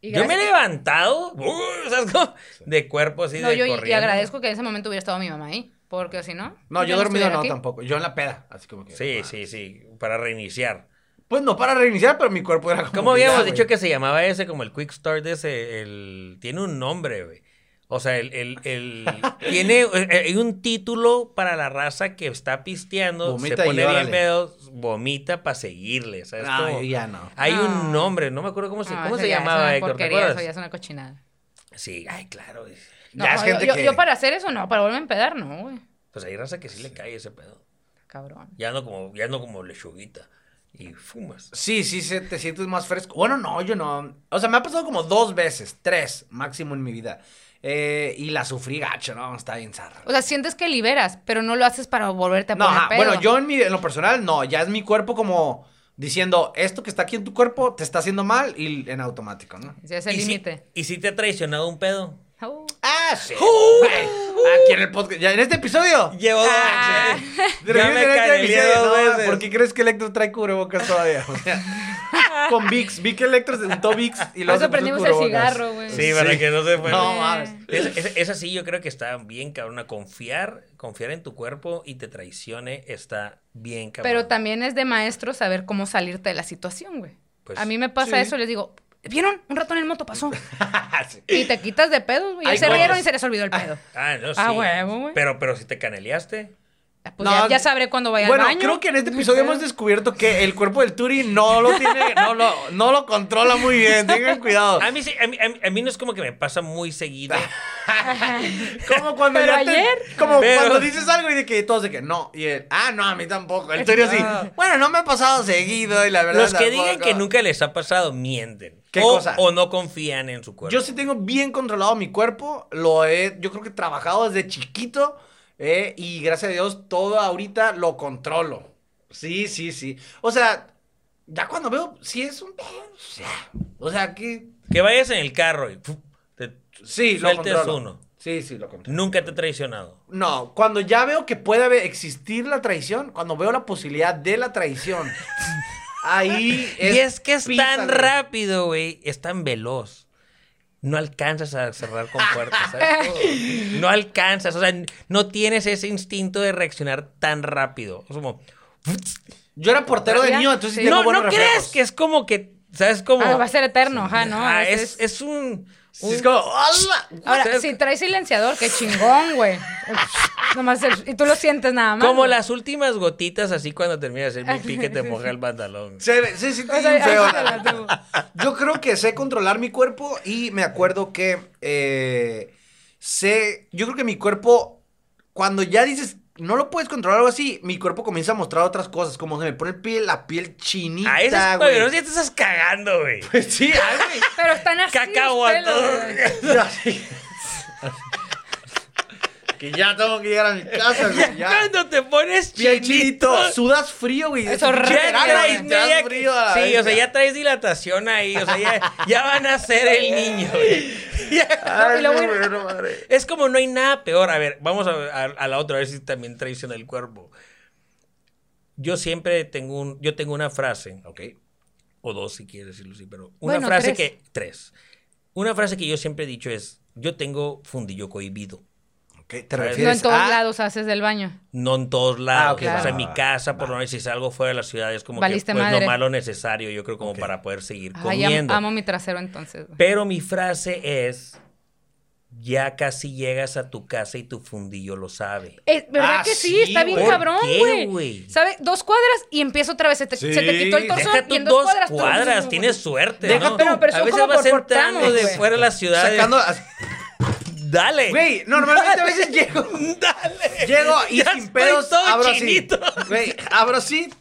S2: Y
S3: Yo me he
S2: gracias-
S3: levantado, uh, ¿sabes cómo? De cuerpo así
S2: No,
S3: de
S2: yo y- y
S3: corriendo.
S2: agradezco que en ese momento hubiera estado mi mamá ahí, porque si no.
S1: No, yo dormido
S2: estuviera
S1: no
S2: aquí.
S1: tampoco. Yo en la peda. Así como que.
S3: Sí,
S1: ah.
S3: sí, sí, para reiniciar.
S1: Pues no para reiniciar, pero mi cuerpo era como.
S3: ¿Cómo
S1: que ya,
S3: habíamos
S1: güey.
S3: dicho que se llamaba ese, como el Quick Start ese? El, tiene un nombre, güey. O sea, el, el- el- tiene eh, eh, un título para la raza que está pisteando,
S1: Vomita
S3: se
S1: y
S3: pone bien
S1: órale.
S3: pedo, vomita para seguirle. ¿sabes?
S1: No,
S3: Como-
S1: Ah, yo ya no.
S3: Hay
S2: No.
S3: un nombre, no me acuerdo cómo se,
S2: No,
S3: cómo
S2: eso
S3: se
S2: ya es
S3: llamaba,
S2: una
S3: Héctor, ¿te
S2: porquería,
S3: acuerdas?
S2: Eso ya es una cochinada.
S3: Sí, ay, claro. güey.
S2: No,
S1: Ya es
S2: yo-
S1: gente
S2: yo,
S1: que-
S2: yo para hacer eso no, para volverme a empedar no, güey.
S3: Pues hay raza que sí le cae ese pedo.
S2: Cabrón.
S3: Ya no como, ya no como lechuguita. Y fumas.
S1: Sí, sí, se- te sientes más fresco. Bueno, no, yo no. O sea, me ha pasado como dos veces, tres máximo en mi vida. Eh, y la sufrí gacho, ¿no? Está bien zarra.
S2: O sea, sientes que liberas, pero no lo haces para volverte a
S1: No,
S2: poner
S1: ajá,
S2: pedo.
S1: bueno, yo en, mi, en lo personal, no, ya es mi cuerpo como diciendo, esto que está aquí en tu cuerpo te está haciendo mal y en automático, ¿no?
S2: Ese es el
S3: ¿Y si-
S2: límite. Uh.
S3: ¿Y si te ha traicionado un pedo?
S2: Au.
S1: Ah, sí. Güey, Aquí en el podcast, ya en este episodio.
S3: Llevo dos
S2: Ah.
S3: veces.
S1: De
S3: Ya
S1: repente
S3: me
S1: en este
S3: canelé
S1: episodio,
S3: dos
S1: no,
S3: veces.
S1: ¿Por qué crees que Electro trae cubrebocas todavía? O sea, con Vicks, vi que Electro se juntó Vicks y
S2: Por
S1: luego
S2: eso
S1: se puso
S2: prendimos el
S1: cubrebocas.
S2: cigarro, güey.
S3: Sí, para que no se fuera.
S1: No mames.
S3: Esa, esa- esa sí yo creo que está bien cabrona. Confiar, confiar en tu cuerpo y te traicione está bien cabrona.
S2: Pero también es de maestro saber cómo salirte de la situación, güey.
S3: Pues,
S2: a mí me pasa
S1: sí.
S2: eso y les digo, ¿vieron? Un ratón en moto pasó. Y te quitas de pedos, güey.
S1: Ay,
S2: Y se
S1: no.
S2: rieron y se les olvidó el pedo.
S3: Ah, no, sí.
S2: Ah, huevo, güey.
S3: Pero, pero si te caneleaste.
S2: Pues ya, ya sabré cuándo vaya
S1: Ah. bueno,
S2: al baño.
S1: creo que en este episodio hemos descubierto que el cuerpo del Turi no lo tiene, no lo, no lo controla muy bien. Tengan cuidado.
S3: A mí, sí, a, mí, a mí- a mí no es como que me pasa muy seguido.
S1: Ah, Como cuando
S2: Pero
S1: ya te-
S2: ayer.
S1: como
S3: Pero-
S1: cuando dices algo y de que todos de que no. Y él, ah, no, a mí tampoco. El tuyo sí. Bueno, no me ha pasado seguido y la verdad.
S3: Los que digan
S1: tampoco".
S3: que nunca les ha pasado mienten.
S1: ¿Qué
S3: o,
S1: cosa?
S3: o no confían en su cuerpo.
S1: Yo sí tengo bien controlado mi cuerpo. Lo he, yo creo que he trabajado desde chiquito. eh, y gracias a Dios, todo ahorita lo controlo. Sí, sí, sí. O sea, ya cuando veo, sí es un. O sea, o sea, que.
S3: Que vayas en el carro y puf, te-
S1: Sí, lo
S3: Sueltes
S1: controlo.
S3: uno.
S1: Sí, sí, lo controlo.
S3: nunca te ha traicionado.
S1: No, cuando ya veo que puede haber- existir la traición, cuando veo la posibilidad de la traición, ahí
S3: y es que es tan
S1: písale.
S3: rápido, güey. Es tan veloz. No alcanzas a cerrar con puertas, ¿sabes? Oh, No alcanzas. O sea, n- no tienes ese instinto de reaccionar tan rápido. Es como-
S1: Yo era portero de
S2: Ya,
S1: niño, entonces
S2: sí.
S1: tengo
S3: no,
S1: buenos
S3: no crees
S1: reflejos.
S3: que es como que. ¿Sabes cómo?
S2: Ah, va a ser eterno, ajá, ¿no?
S3: Oh. Ah,
S2: Ese
S3: es, es un.
S1: Sí,
S3: un-
S1: es como, "Hola".
S2: Ahora,
S3: Ustedes-
S2: si traes silenciador, qué chingón, güey. Nomás el- y tú lo sientes nada más.
S3: como
S2: güey.
S3: las últimas gotitas, así cuando terminas el pipí que te moja el pantalón.
S1: Se, se siente
S2: O sea,
S1: bien feo,
S2: ahí
S1: la
S2: te la
S1: verdad.
S2: debo.
S1: Yo creo que sé controlar mi cuerpo y me acuerdo que eh, sé, yo creo que mi cuerpo, cuando ya dices, no lo puedes controlar o algo así, mi cuerpo comienza a mostrar otras cosas, como se me pone el piel, la piel chinita,
S3: A esas
S1: güey. Pues
S3: pero ya te estás cagando, güey.
S1: Sí, ay, güey.
S2: Pero están así. los
S3: Cacahuato.
S2: pelos, güey.
S1: No, sí.
S4: Que ya tengo que llegar a mi casa, güey. Ya.
S3: Cuando te pones
S1: Bien
S3: chinito.
S1: chinito, sudas frío, güey.
S2: Es horrible,
S1: Pinche
S3: Ya
S1: verano,
S3: traes
S1: güey, te das
S3: media-
S1: frío a la
S3: Sí, o sea,
S1: verga.
S3: ya traes dilatación ahí. O sea, ya, ya van a ser el niño, güey. Ya-
S4: Ay,
S2: Y lo
S4: no,
S2: bueno-
S4: güey, no, madre.
S3: Es como no hay nada peor. A ver, vamos a, a- a la otra, a ver si también traiciona el cuerpo. Yo siempre tengo un, yo tengo una frase,
S1: Ok.
S3: o dos si quieres decirlo así, pero una
S2: Bueno,
S3: frase
S2: tres.
S3: que. Tres. Una frase que yo siempre he dicho es: Yo tengo fundillo cohibido.
S1: ok, ¿Te
S2: No
S1: refieres
S2: en todos
S1: a-
S2: lados haces del baño.
S3: No en todos lados.
S1: Ah, ok,
S3: O sea,
S1: va,
S3: en mi
S1: va,
S3: casa, por lo menos si salgo fuera de la ciudad, es como
S2: Valiste
S3: que pues,
S2: madre.
S3: lo malo necesario, yo creo, como
S1: Ok.
S3: para poder seguir
S2: Ay, am-
S3: comiendo.
S2: amo mi trasero entonces. güey.
S3: Pero mi frase es: Ya casi llegas a tu casa y tu fundillo lo sabe.
S2: Eh, ¿Verdad
S1: Ah,
S2: que sí?
S1: sí,
S2: Está bien
S1: güey.
S2: cabrón,
S3: ¿Por qué,
S2: güey.
S3: güey?
S2: ¿Sabes? Dos cuadras y empieza otra vez. Se te,
S1: Sí.
S2: se te quitó el torso
S3: Deja
S2: y
S3: tú
S2: en dos,
S3: dos
S2: cuadras.
S3: cuadras,
S2: tú- güey.
S3: tienes suerte,
S2: Deja
S3: ¿no?
S2: tú, pero
S3: a
S2: son
S3: veces
S2: como
S3: vas
S2: por
S3: entrando
S2: tramos,
S3: de
S2: güey.
S3: fuera de la ciudad.
S1: Sacando.
S3: Dale.
S1: Güey, normalmente a veces llego.
S3: Dale.
S1: Llego y
S3: Ya
S1: sin
S3: estoy
S1: pedos
S3: todo
S1: abro
S3: chinito.
S1: así. Güey, abro así.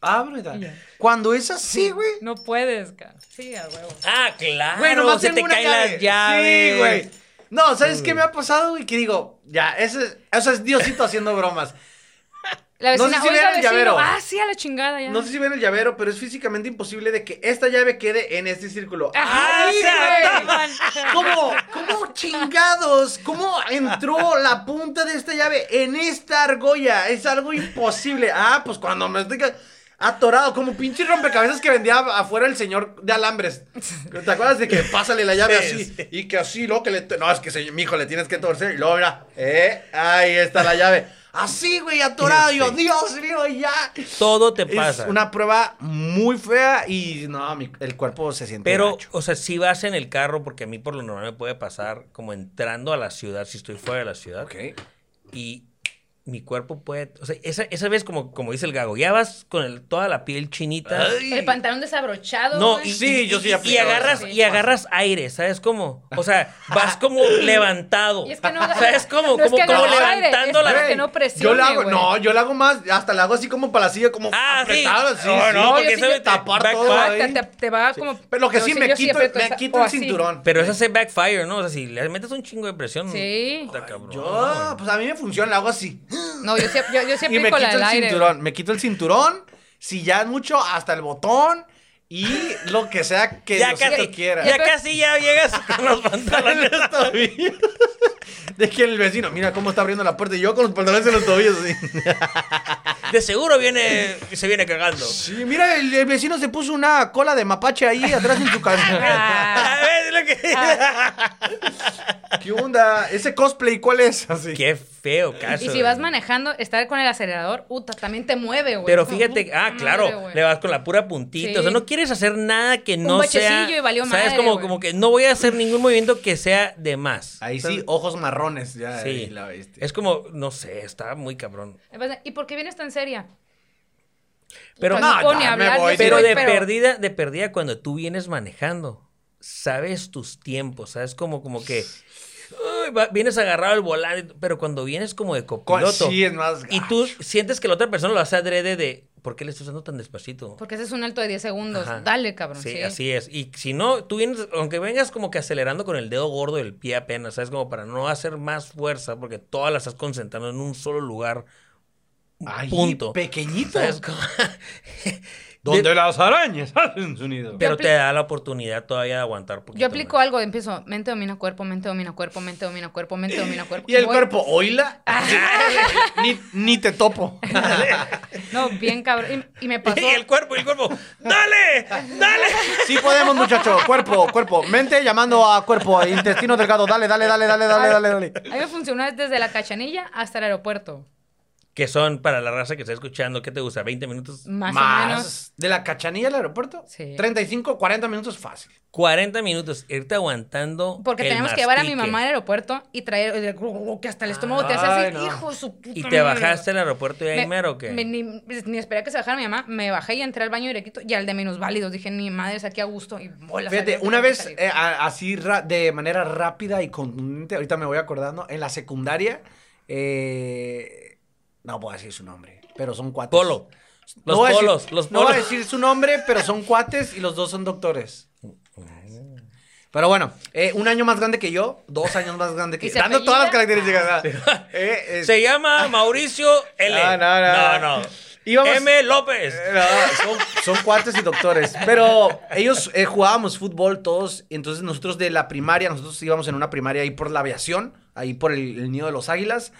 S1: Abro y tal. Cuando es así, güey.
S2: No puedes, cara. Sí, a huevo.
S3: Ah, claro.
S1: Güey, nomás
S3: se
S1: tengo
S3: te
S1: una
S3: caen
S1: llave.
S3: las llaves.
S1: Sí, güey. No, ¿sabes
S3: Mm.
S1: qué me ha pasado, güey? Que digo, ya, ese, eso es Diosito haciendo bromas.
S2: La
S1: No sé
S2: vecina,
S1: si
S2: oiga,
S1: vieron el
S2: vecino,
S1: llavero.
S2: Ah, sí, a la chingada ya.
S1: No sé si ven el llavero, pero es físicamente imposible de que esta llave quede en este círculo.
S3: Ah,
S2: Ajá,
S3: Ay,
S2: sí,
S3: güey.
S2: güey.
S1: ¿Cómo? ¿Cómo chingados? ¿Cómo entró la punta de esta llave en esta argolla? Es algo imposible. Ah, pues cuando me estoy ca- atorado, como pinche rompecabezas que vendía afuera el señor de alambres. ¿Te acuerdas de que pásale la llave
S3: Sí,
S1: así?
S3: sí.
S1: Y que así, lo que le. No, es que, señor, mijo, le tienes que torcer. Y luego, mira, eh, ahí está la llave. Así, güey, atorado. Yo,
S3: Sí.
S1: Dios mío, ya.
S3: Todo te
S1: Es
S3: pasa.
S1: una prueba muy fea y no, mi- el cuerpo se siente.
S3: Pero,
S1: gacho.
S3: o sea, si vas en el carro, porque a mí por lo normal me puede pasar como entrando a la ciudad, si estoy fuera de la ciudad,
S1: Ok.
S3: y mi cuerpo puede, o sea, esa, esa vez como, como dice el gago, ya vas con el- toda la piel chinita.
S2: El pantalón desabrochado.
S3: No,
S2: güey.
S3: y,
S1: Sí,
S3: y-
S1: yo sí
S3: y-
S1: he
S3: y
S1: aplicado
S3: agarras
S2: esa.
S3: y agarras aire, ¿sabes cómo? O sea, vas como levantado.
S2: Y es que no-
S3: ¿Sabes cómo?
S2: no es
S3: como
S2: que
S3: como
S2: agarras aire,
S3: levantando
S2: es
S3: la
S2: Para
S1: Güey,
S2: que no presione,
S1: Yo le hago,
S2: güey.
S1: no, yo le hago más, hasta le hago así como para la silla, como
S3: Ah, sí.
S1: apretado, así.
S3: No,
S1: sí.
S3: no,
S2: No,
S3: porque
S2: yo sí
S3: eso
S2: me-
S3: te
S1: tapar
S3: back-
S1: todo,
S2: Ah,
S1: ahí.
S2: te, te- te va como.
S1: Pero lo que
S2: yo
S1: sí, me
S2: yo
S1: quito,
S2: aprieto
S1: me
S2: esa-
S1: quito
S2: o
S1: el
S2: así.
S1: cinturón.
S3: Pero eso hace backfire, ¿no? O sea, si le metes un chingo de presión.
S2: Sí.
S3: está cabrón.
S1: Yo, pues a mí me funciona, le hago así.
S2: No, yo siempre, yo, yo siempre
S1: Y me
S2: con la
S1: quito el
S2: del aire.
S1: cinturón, me quito el cinturón, si ya es mucho, hasta el botón y lo que sea que
S3: ya
S1: Diosito
S3: casi,
S1: quiera.
S3: ya casi ya llegas con los pantalones.
S1: De que el vecino, mira cómo está abriendo la puerta y yo con los pantalones en los tobillos. así.
S3: De seguro viene, se viene cagando.
S1: Sí, mira, el, el vecino se puso una cola de mapache ahí atrás en su casa.
S2: Ah,
S3: A ver, lo que...
S1: ¿Qué onda? ¿Ese cosplay cuál es? Así.
S3: Qué feo caso. eh.
S2: y si vas
S3: güey.
S2: manejando, estar con el acelerador, puta, también te mueve, güey.
S3: Pero
S2: Como,
S3: fíjate,
S2: puta
S3: ah,
S2: madre,
S3: claro,
S2: güey.
S3: le vas con la pura puntita.
S2: Sí.
S3: O sea, no quieres hacer nada que no sea.
S2: bachecillo y valió
S3: ¿sabes?
S2: madre,
S3: como,
S2: güey.
S3: como que no voy a hacer ningún movimiento que sea de más.
S1: Ahí sí, ojos marrones, ya
S3: Sí.
S1: ahí la viste.
S3: Es como, no sé, está muy cabrón.
S2: Me pasa, ¿Y por qué vienes tan seria?
S3: Pero,
S2: Pues
S1: no,
S2: puedo ni
S1: ya me
S2: hablar,
S1: voy,
S2: yo sí
S3: pero
S2: voy,
S3: de perdida, de perdida, cuando tú vienes manejando, sabes tus tiempos, sabes como, como que. ay, va- vienes agarrado al volante, pero cuando vienes como de copiloto.
S1: sí, es más
S3: Y tú sientes que la otra persona lo hace adrede de. ¿Por qué le estás usando tan despacito?
S2: Porque ese es un alto de 10 segundos.
S3: Ajá.
S2: Dale, cabrón. Sí,
S3: Sí, así es. Y si no, tú vienes, aunque vengas como que acelerando con el dedo gordo del pie apenas, ¿sabes? Como para no hacer más fuerza, porque todas las estás concentrando en un solo lugar.
S1: Ahí,
S3: punto.
S1: Pequeñito.
S3: ¿Sabes? Como-
S1: Donde las arañas hacen su nido.
S3: Pero
S2: apli-
S3: te da la oportunidad todavía de aguantar. poquito
S2: Yo aplico
S3: más.
S2: algo, empiezo, mente domina cuerpo, mente domina cuerpo, mente domina cuerpo, mente domina cuerpo.
S1: Y el
S2: Voy-
S1: cuerpo, oíla.
S2: Ah.
S1: ni, ni te topo.
S2: No, bien cabrón. Y, y me pasó.
S3: Y el cuerpo, y el cuerpo. ¡Dale! ¡Dale!
S1: Sí podemos, muchacho. Cuerpo, cuerpo. Mente llamando a cuerpo. Intestino delgado. Dale, dale, dale, dale, dale, dale, dale.
S2: A mí me funcionó desde la cachanilla hasta el aeropuerto.
S3: Que son para la raza que está escuchando, ¿qué te gusta? ¿20 minutos?
S2: Más, o menos.
S1: ¿De la cachanilla al aeropuerto?
S2: Sí.
S1: 35, 40 minutos fácil.
S3: 40 minutos. Irte aguantando.
S2: Porque
S3: el
S2: tenemos que llevar a mi
S3: mastique.
S2: mamá al aeropuerto y traer el- que hasta el estómago te hace
S1: Ay,
S2: así,
S1: no.
S2: hijo de su puta
S3: ¿Y te
S2: madre".
S3: bajaste al aeropuerto de
S2: Me-
S3: Aymer o qué?
S2: me- ni, ni esperé que se bajara mi mamá, me bajé y entré al baño directito y al de menos válidos. Dije, ni madre, es aquí a gusto. Y bolas,
S1: Fíjate,
S2: salió,
S1: una
S2: salió,
S1: vez
S2: salió.
S1: eh, a- así ra- de manera rápida y contundente, ahorita me voy acordando, en la secundaria, eh, no puedo decir su nombre, pero son cuates.
S3: Polo. Los
S1: voy a decir-
S3: polos, los
S1: No voy a
S3: polos.
S1: decir su nombre, pero son cuates y los dos son doctores. Pero bueno, eh, un año más grande que yo, dos años más grande que
S2: ¿Y
S1: yo.
S2: se
S1: Dando todas las
S2: apellida?
S1: características. ¿verdad? Eh, eh,
S3: Ah, Se llama Mauricio L.
S1: No, no, no.
S3: No, no.
S1: Íbamos-
S3: M. López.
S1: Eh, no, son, son cuates y doctores. Pero ellos eh, jugábamos fútbol todos. y Entonces nosotros de la primaria, nosotros íbamos en una primaria ahí por la aviación, ahí por el, el nido de los águilas.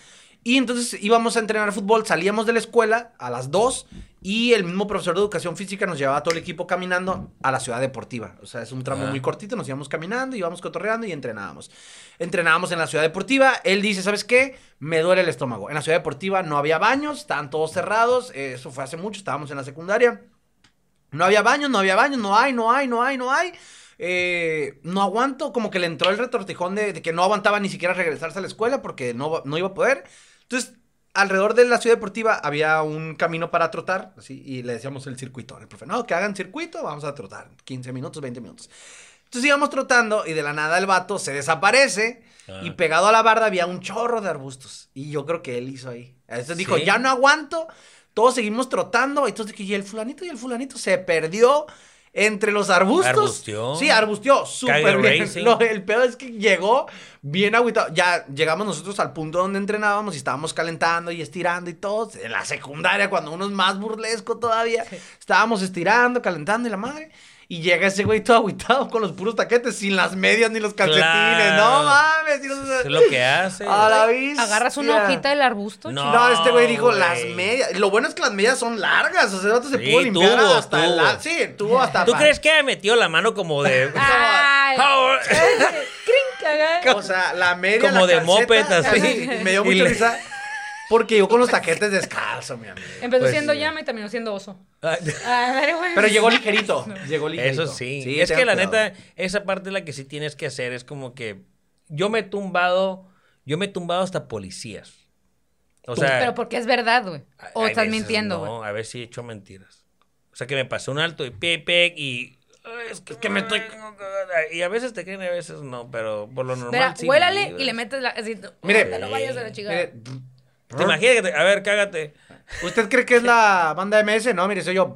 S1: Y entonces íbamos a entrenar fútbol, salíamos de la escuela a las 2 y el mismo profesor de educación física nos llevaba a todo el equipo caminando a la ciudad deportiva. O sea, es un tramo
S3: Ah.
S1: muy cortito, nos íbamos caminando, íbamos cotorreando y entrenábamos. Entrenábamos en la ciudad deportiva, él dice, ¿sabes qué? Me duele el estómago. En la ciudad deportiva no había baños, estaban todos cerrados, eh, eso fue hace mucho, estábamos en la secundaria. No había baños, no había baños, no hay, no hay, no hay, no hay. Eh, no aguanto, como que le entró el retortijón de, de que no aguantaba ni siquiera regresarse a la escuela porque no, va- no iba a poder. Entonces, alrededor de la ciudad deportiva había un camino para trotar, así, y le decíamos el circuito. El profe, no, que hagan circuito, vamos a trotar. 15 minutos, 20 minutos. Entonces íbamos trotando y de la nada el vato se desaparece
S3: Ah.
S1: y pegado a la barda había un chorro de arbustos. Y yo creo que él hizo ahí. Entonces dijo,
S3: Sí.
S1: ya no aguanto. Todos seguimos trotando. Entonces dije, y el fulanito y el fulanito se perdió entre los arbustos.
S3: Arbusteó.
S1: Sí, arbusteó. Súper
S3: Tiger
S1: bien.
S3: Racing.
S1: Lo- el peor es que llegó bien agüitado. Ya llegamos nosotros al punto donde entrenábamos y estábamos calentando y estirando y todo. En la secundaria, cuando uno es más burlesco todavía, estábamos estirando, calentando y la madre. Y llega ese güey todo agüitado con los puros taquetes, sin las medias ni los calcetines.
S3: Claro.
S1: No mames. y no-
S3: Es lo que hace.
S1: A la bestia.
S2: Agarras una hojita del arbusto.
S3: No.
S1: No, este güey dijo
S3: güey.
S1: las medias. Lo bueno es que las medias son largas. O sea, el vato se
S3: Sí,
S1: pudo limpiar
S3: tuvo,
S1: hasta el
S3: tuvo.
S1: la- Sí, tuvo hasta.
S3: ¿Tú
S1: pa-
S3: crees que metió la mano como de.
S2: Ah. Ay. Crinc, acá.
S1: O sea, la media. la
S3: Como de
S1: calceta,
S3: moped, así.
S1: Me dio
S3: Y
S1: mucha
S3: le-
S1: risa. Porque yo con los taquetes descalzo, mi amigo.
S2: Empezó
S3: Pues
S2: siendo
S3: sí.
S2: llama y terminó siendo oso.
S3: Ay.
S2: A ver, güey.
S1: Pero llegó ligerito. Llegó ligerito.
S3: Eso sí. es que
S1: tengan
S3: la
S1: cuidado.
S3: neta, esa parte es la que sí tienes que hacer. Es como que yo me he tumbado, yo me he tumbado hasta policías. O sea,
S2: Pero porque es verdad, güey.
S3: a-
S2: O
S3: hay
S2: estás
S3: veces
S2: mintiendo, güey.
S3: No, a ver si he hecho mentiras. O sea, que me pasó un alto y pec, pec, y. "Ay, Es que, me estoy. Y a veces te creen, a veces no, pero por lo normal.
S2: Mira,
S3: sí me
S2: huélale
S3: libras.
S2: y le metes la. Así,
S1: Mire.
S2: no vayas a la chica.
S1: Mire, ¿Ah?
S3: Te imaginas que te- A ver, cágate.
S1: ¿Usted cree que es la banda MS? No, mire, soy yo.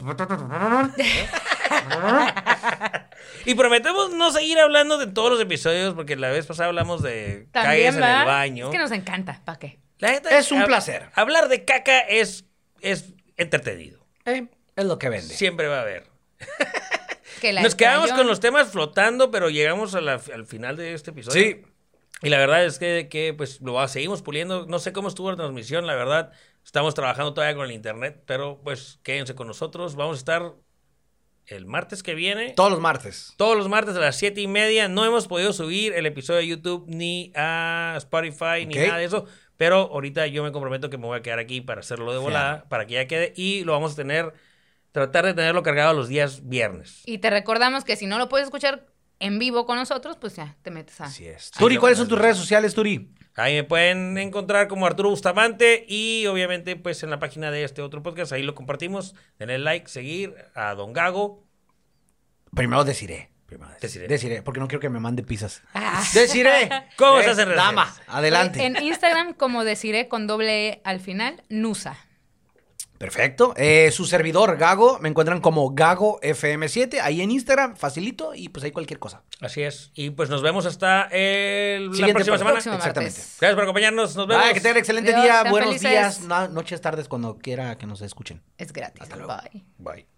S3: Y prometemos no seguir hablando de todos los episodios, porque la vez pasada hablamos de
S2: También,
S3: cagues en
S2: ¿verdad?
S3: el baño.
S2: Es que nos encanta. ¿Para qué?
S3: La neta,
S1: Es un placer.
S3: Hablar de caca es, es entretenido.
S1: Eh, es lo que vende.
S3: Siempre va a haber.
S2: Que la
S3: Nos quedamos
S2: entrayón-
S3: con los temas flotando, pero llegamos a la- al final de este episodio.
S1: Sí.
S3: Y la verdad es que, que, pues lo va- seguimos puliendo. No sé cómo estuvo la transmisión, la verdad. Estamos trabajando todavía con el internet, pero pues quédense con nosotros. Vamos a estar el martes que viene.
S1: Todos los martes.
S3: Todos los martes a las 7 y media. No hemos podido subir el episodio de YouTube ni a Spotify ni
S1: Ok.
S3: nada de eso. Pero ahorita yo me comprometo que me voy a quedar aquí para hacerlo de volada, para que ya quede. Y lo vamos a tener, tratar de tenerlo cargado los días viernes.
S2: Y te recordamos que si no lo puedes escuchar en vivo con nosotros, pues ya te metes a.
S1: Así es.
S3: Ahí
S1: Turi,
S3: lo
S1: ¿cuáles son tus
S3: mandas.
S1: redes sociales, Turi?
S3: Ahí me pueden encontrar como Arturo Bustamante y obviamente pues en la página de este otro podcast, ahí lo compartimos. Denle like, seguir a Don Gago.
S1: Primero deciré. Primero
S3: Deciré.
S1: Deciré, porque no quiero que me mande pizzas.
S2: Ah.
S1: Deciré.
S3: ¿Cómo
S1: Eh,
S3: se hace en redes
S1: Dama,
S3: sociales? Eh,
S1: adelante.
S2: En Instagram, como deciré con doble E al final, Nusa.
S1: Perfecto. Eh, su servidor, Gago, me encuentran como Gago FM7, ahí en Instagram, facilito, y pues ahí cualquier cosa.
S3: Así es. Y pues nos vemos hasta el- la
S1: Siguiente podcast.
S3: próxima semana.
S2: Próximo
S1: Exactamente.
S2: martes.
S3: Gracias por acompañarnos. Nos vemos.
S1: Bye, que tengan excelente
S2: Adiós,
S1: día,
S2: sean
S1: buenos
S2: felices.
S1: días, no- noches, tardes, cuando quiera que nos escuchen.
S2: Es gratis.
S1: Hasta luego.
S2: Bye.
S1: Bye.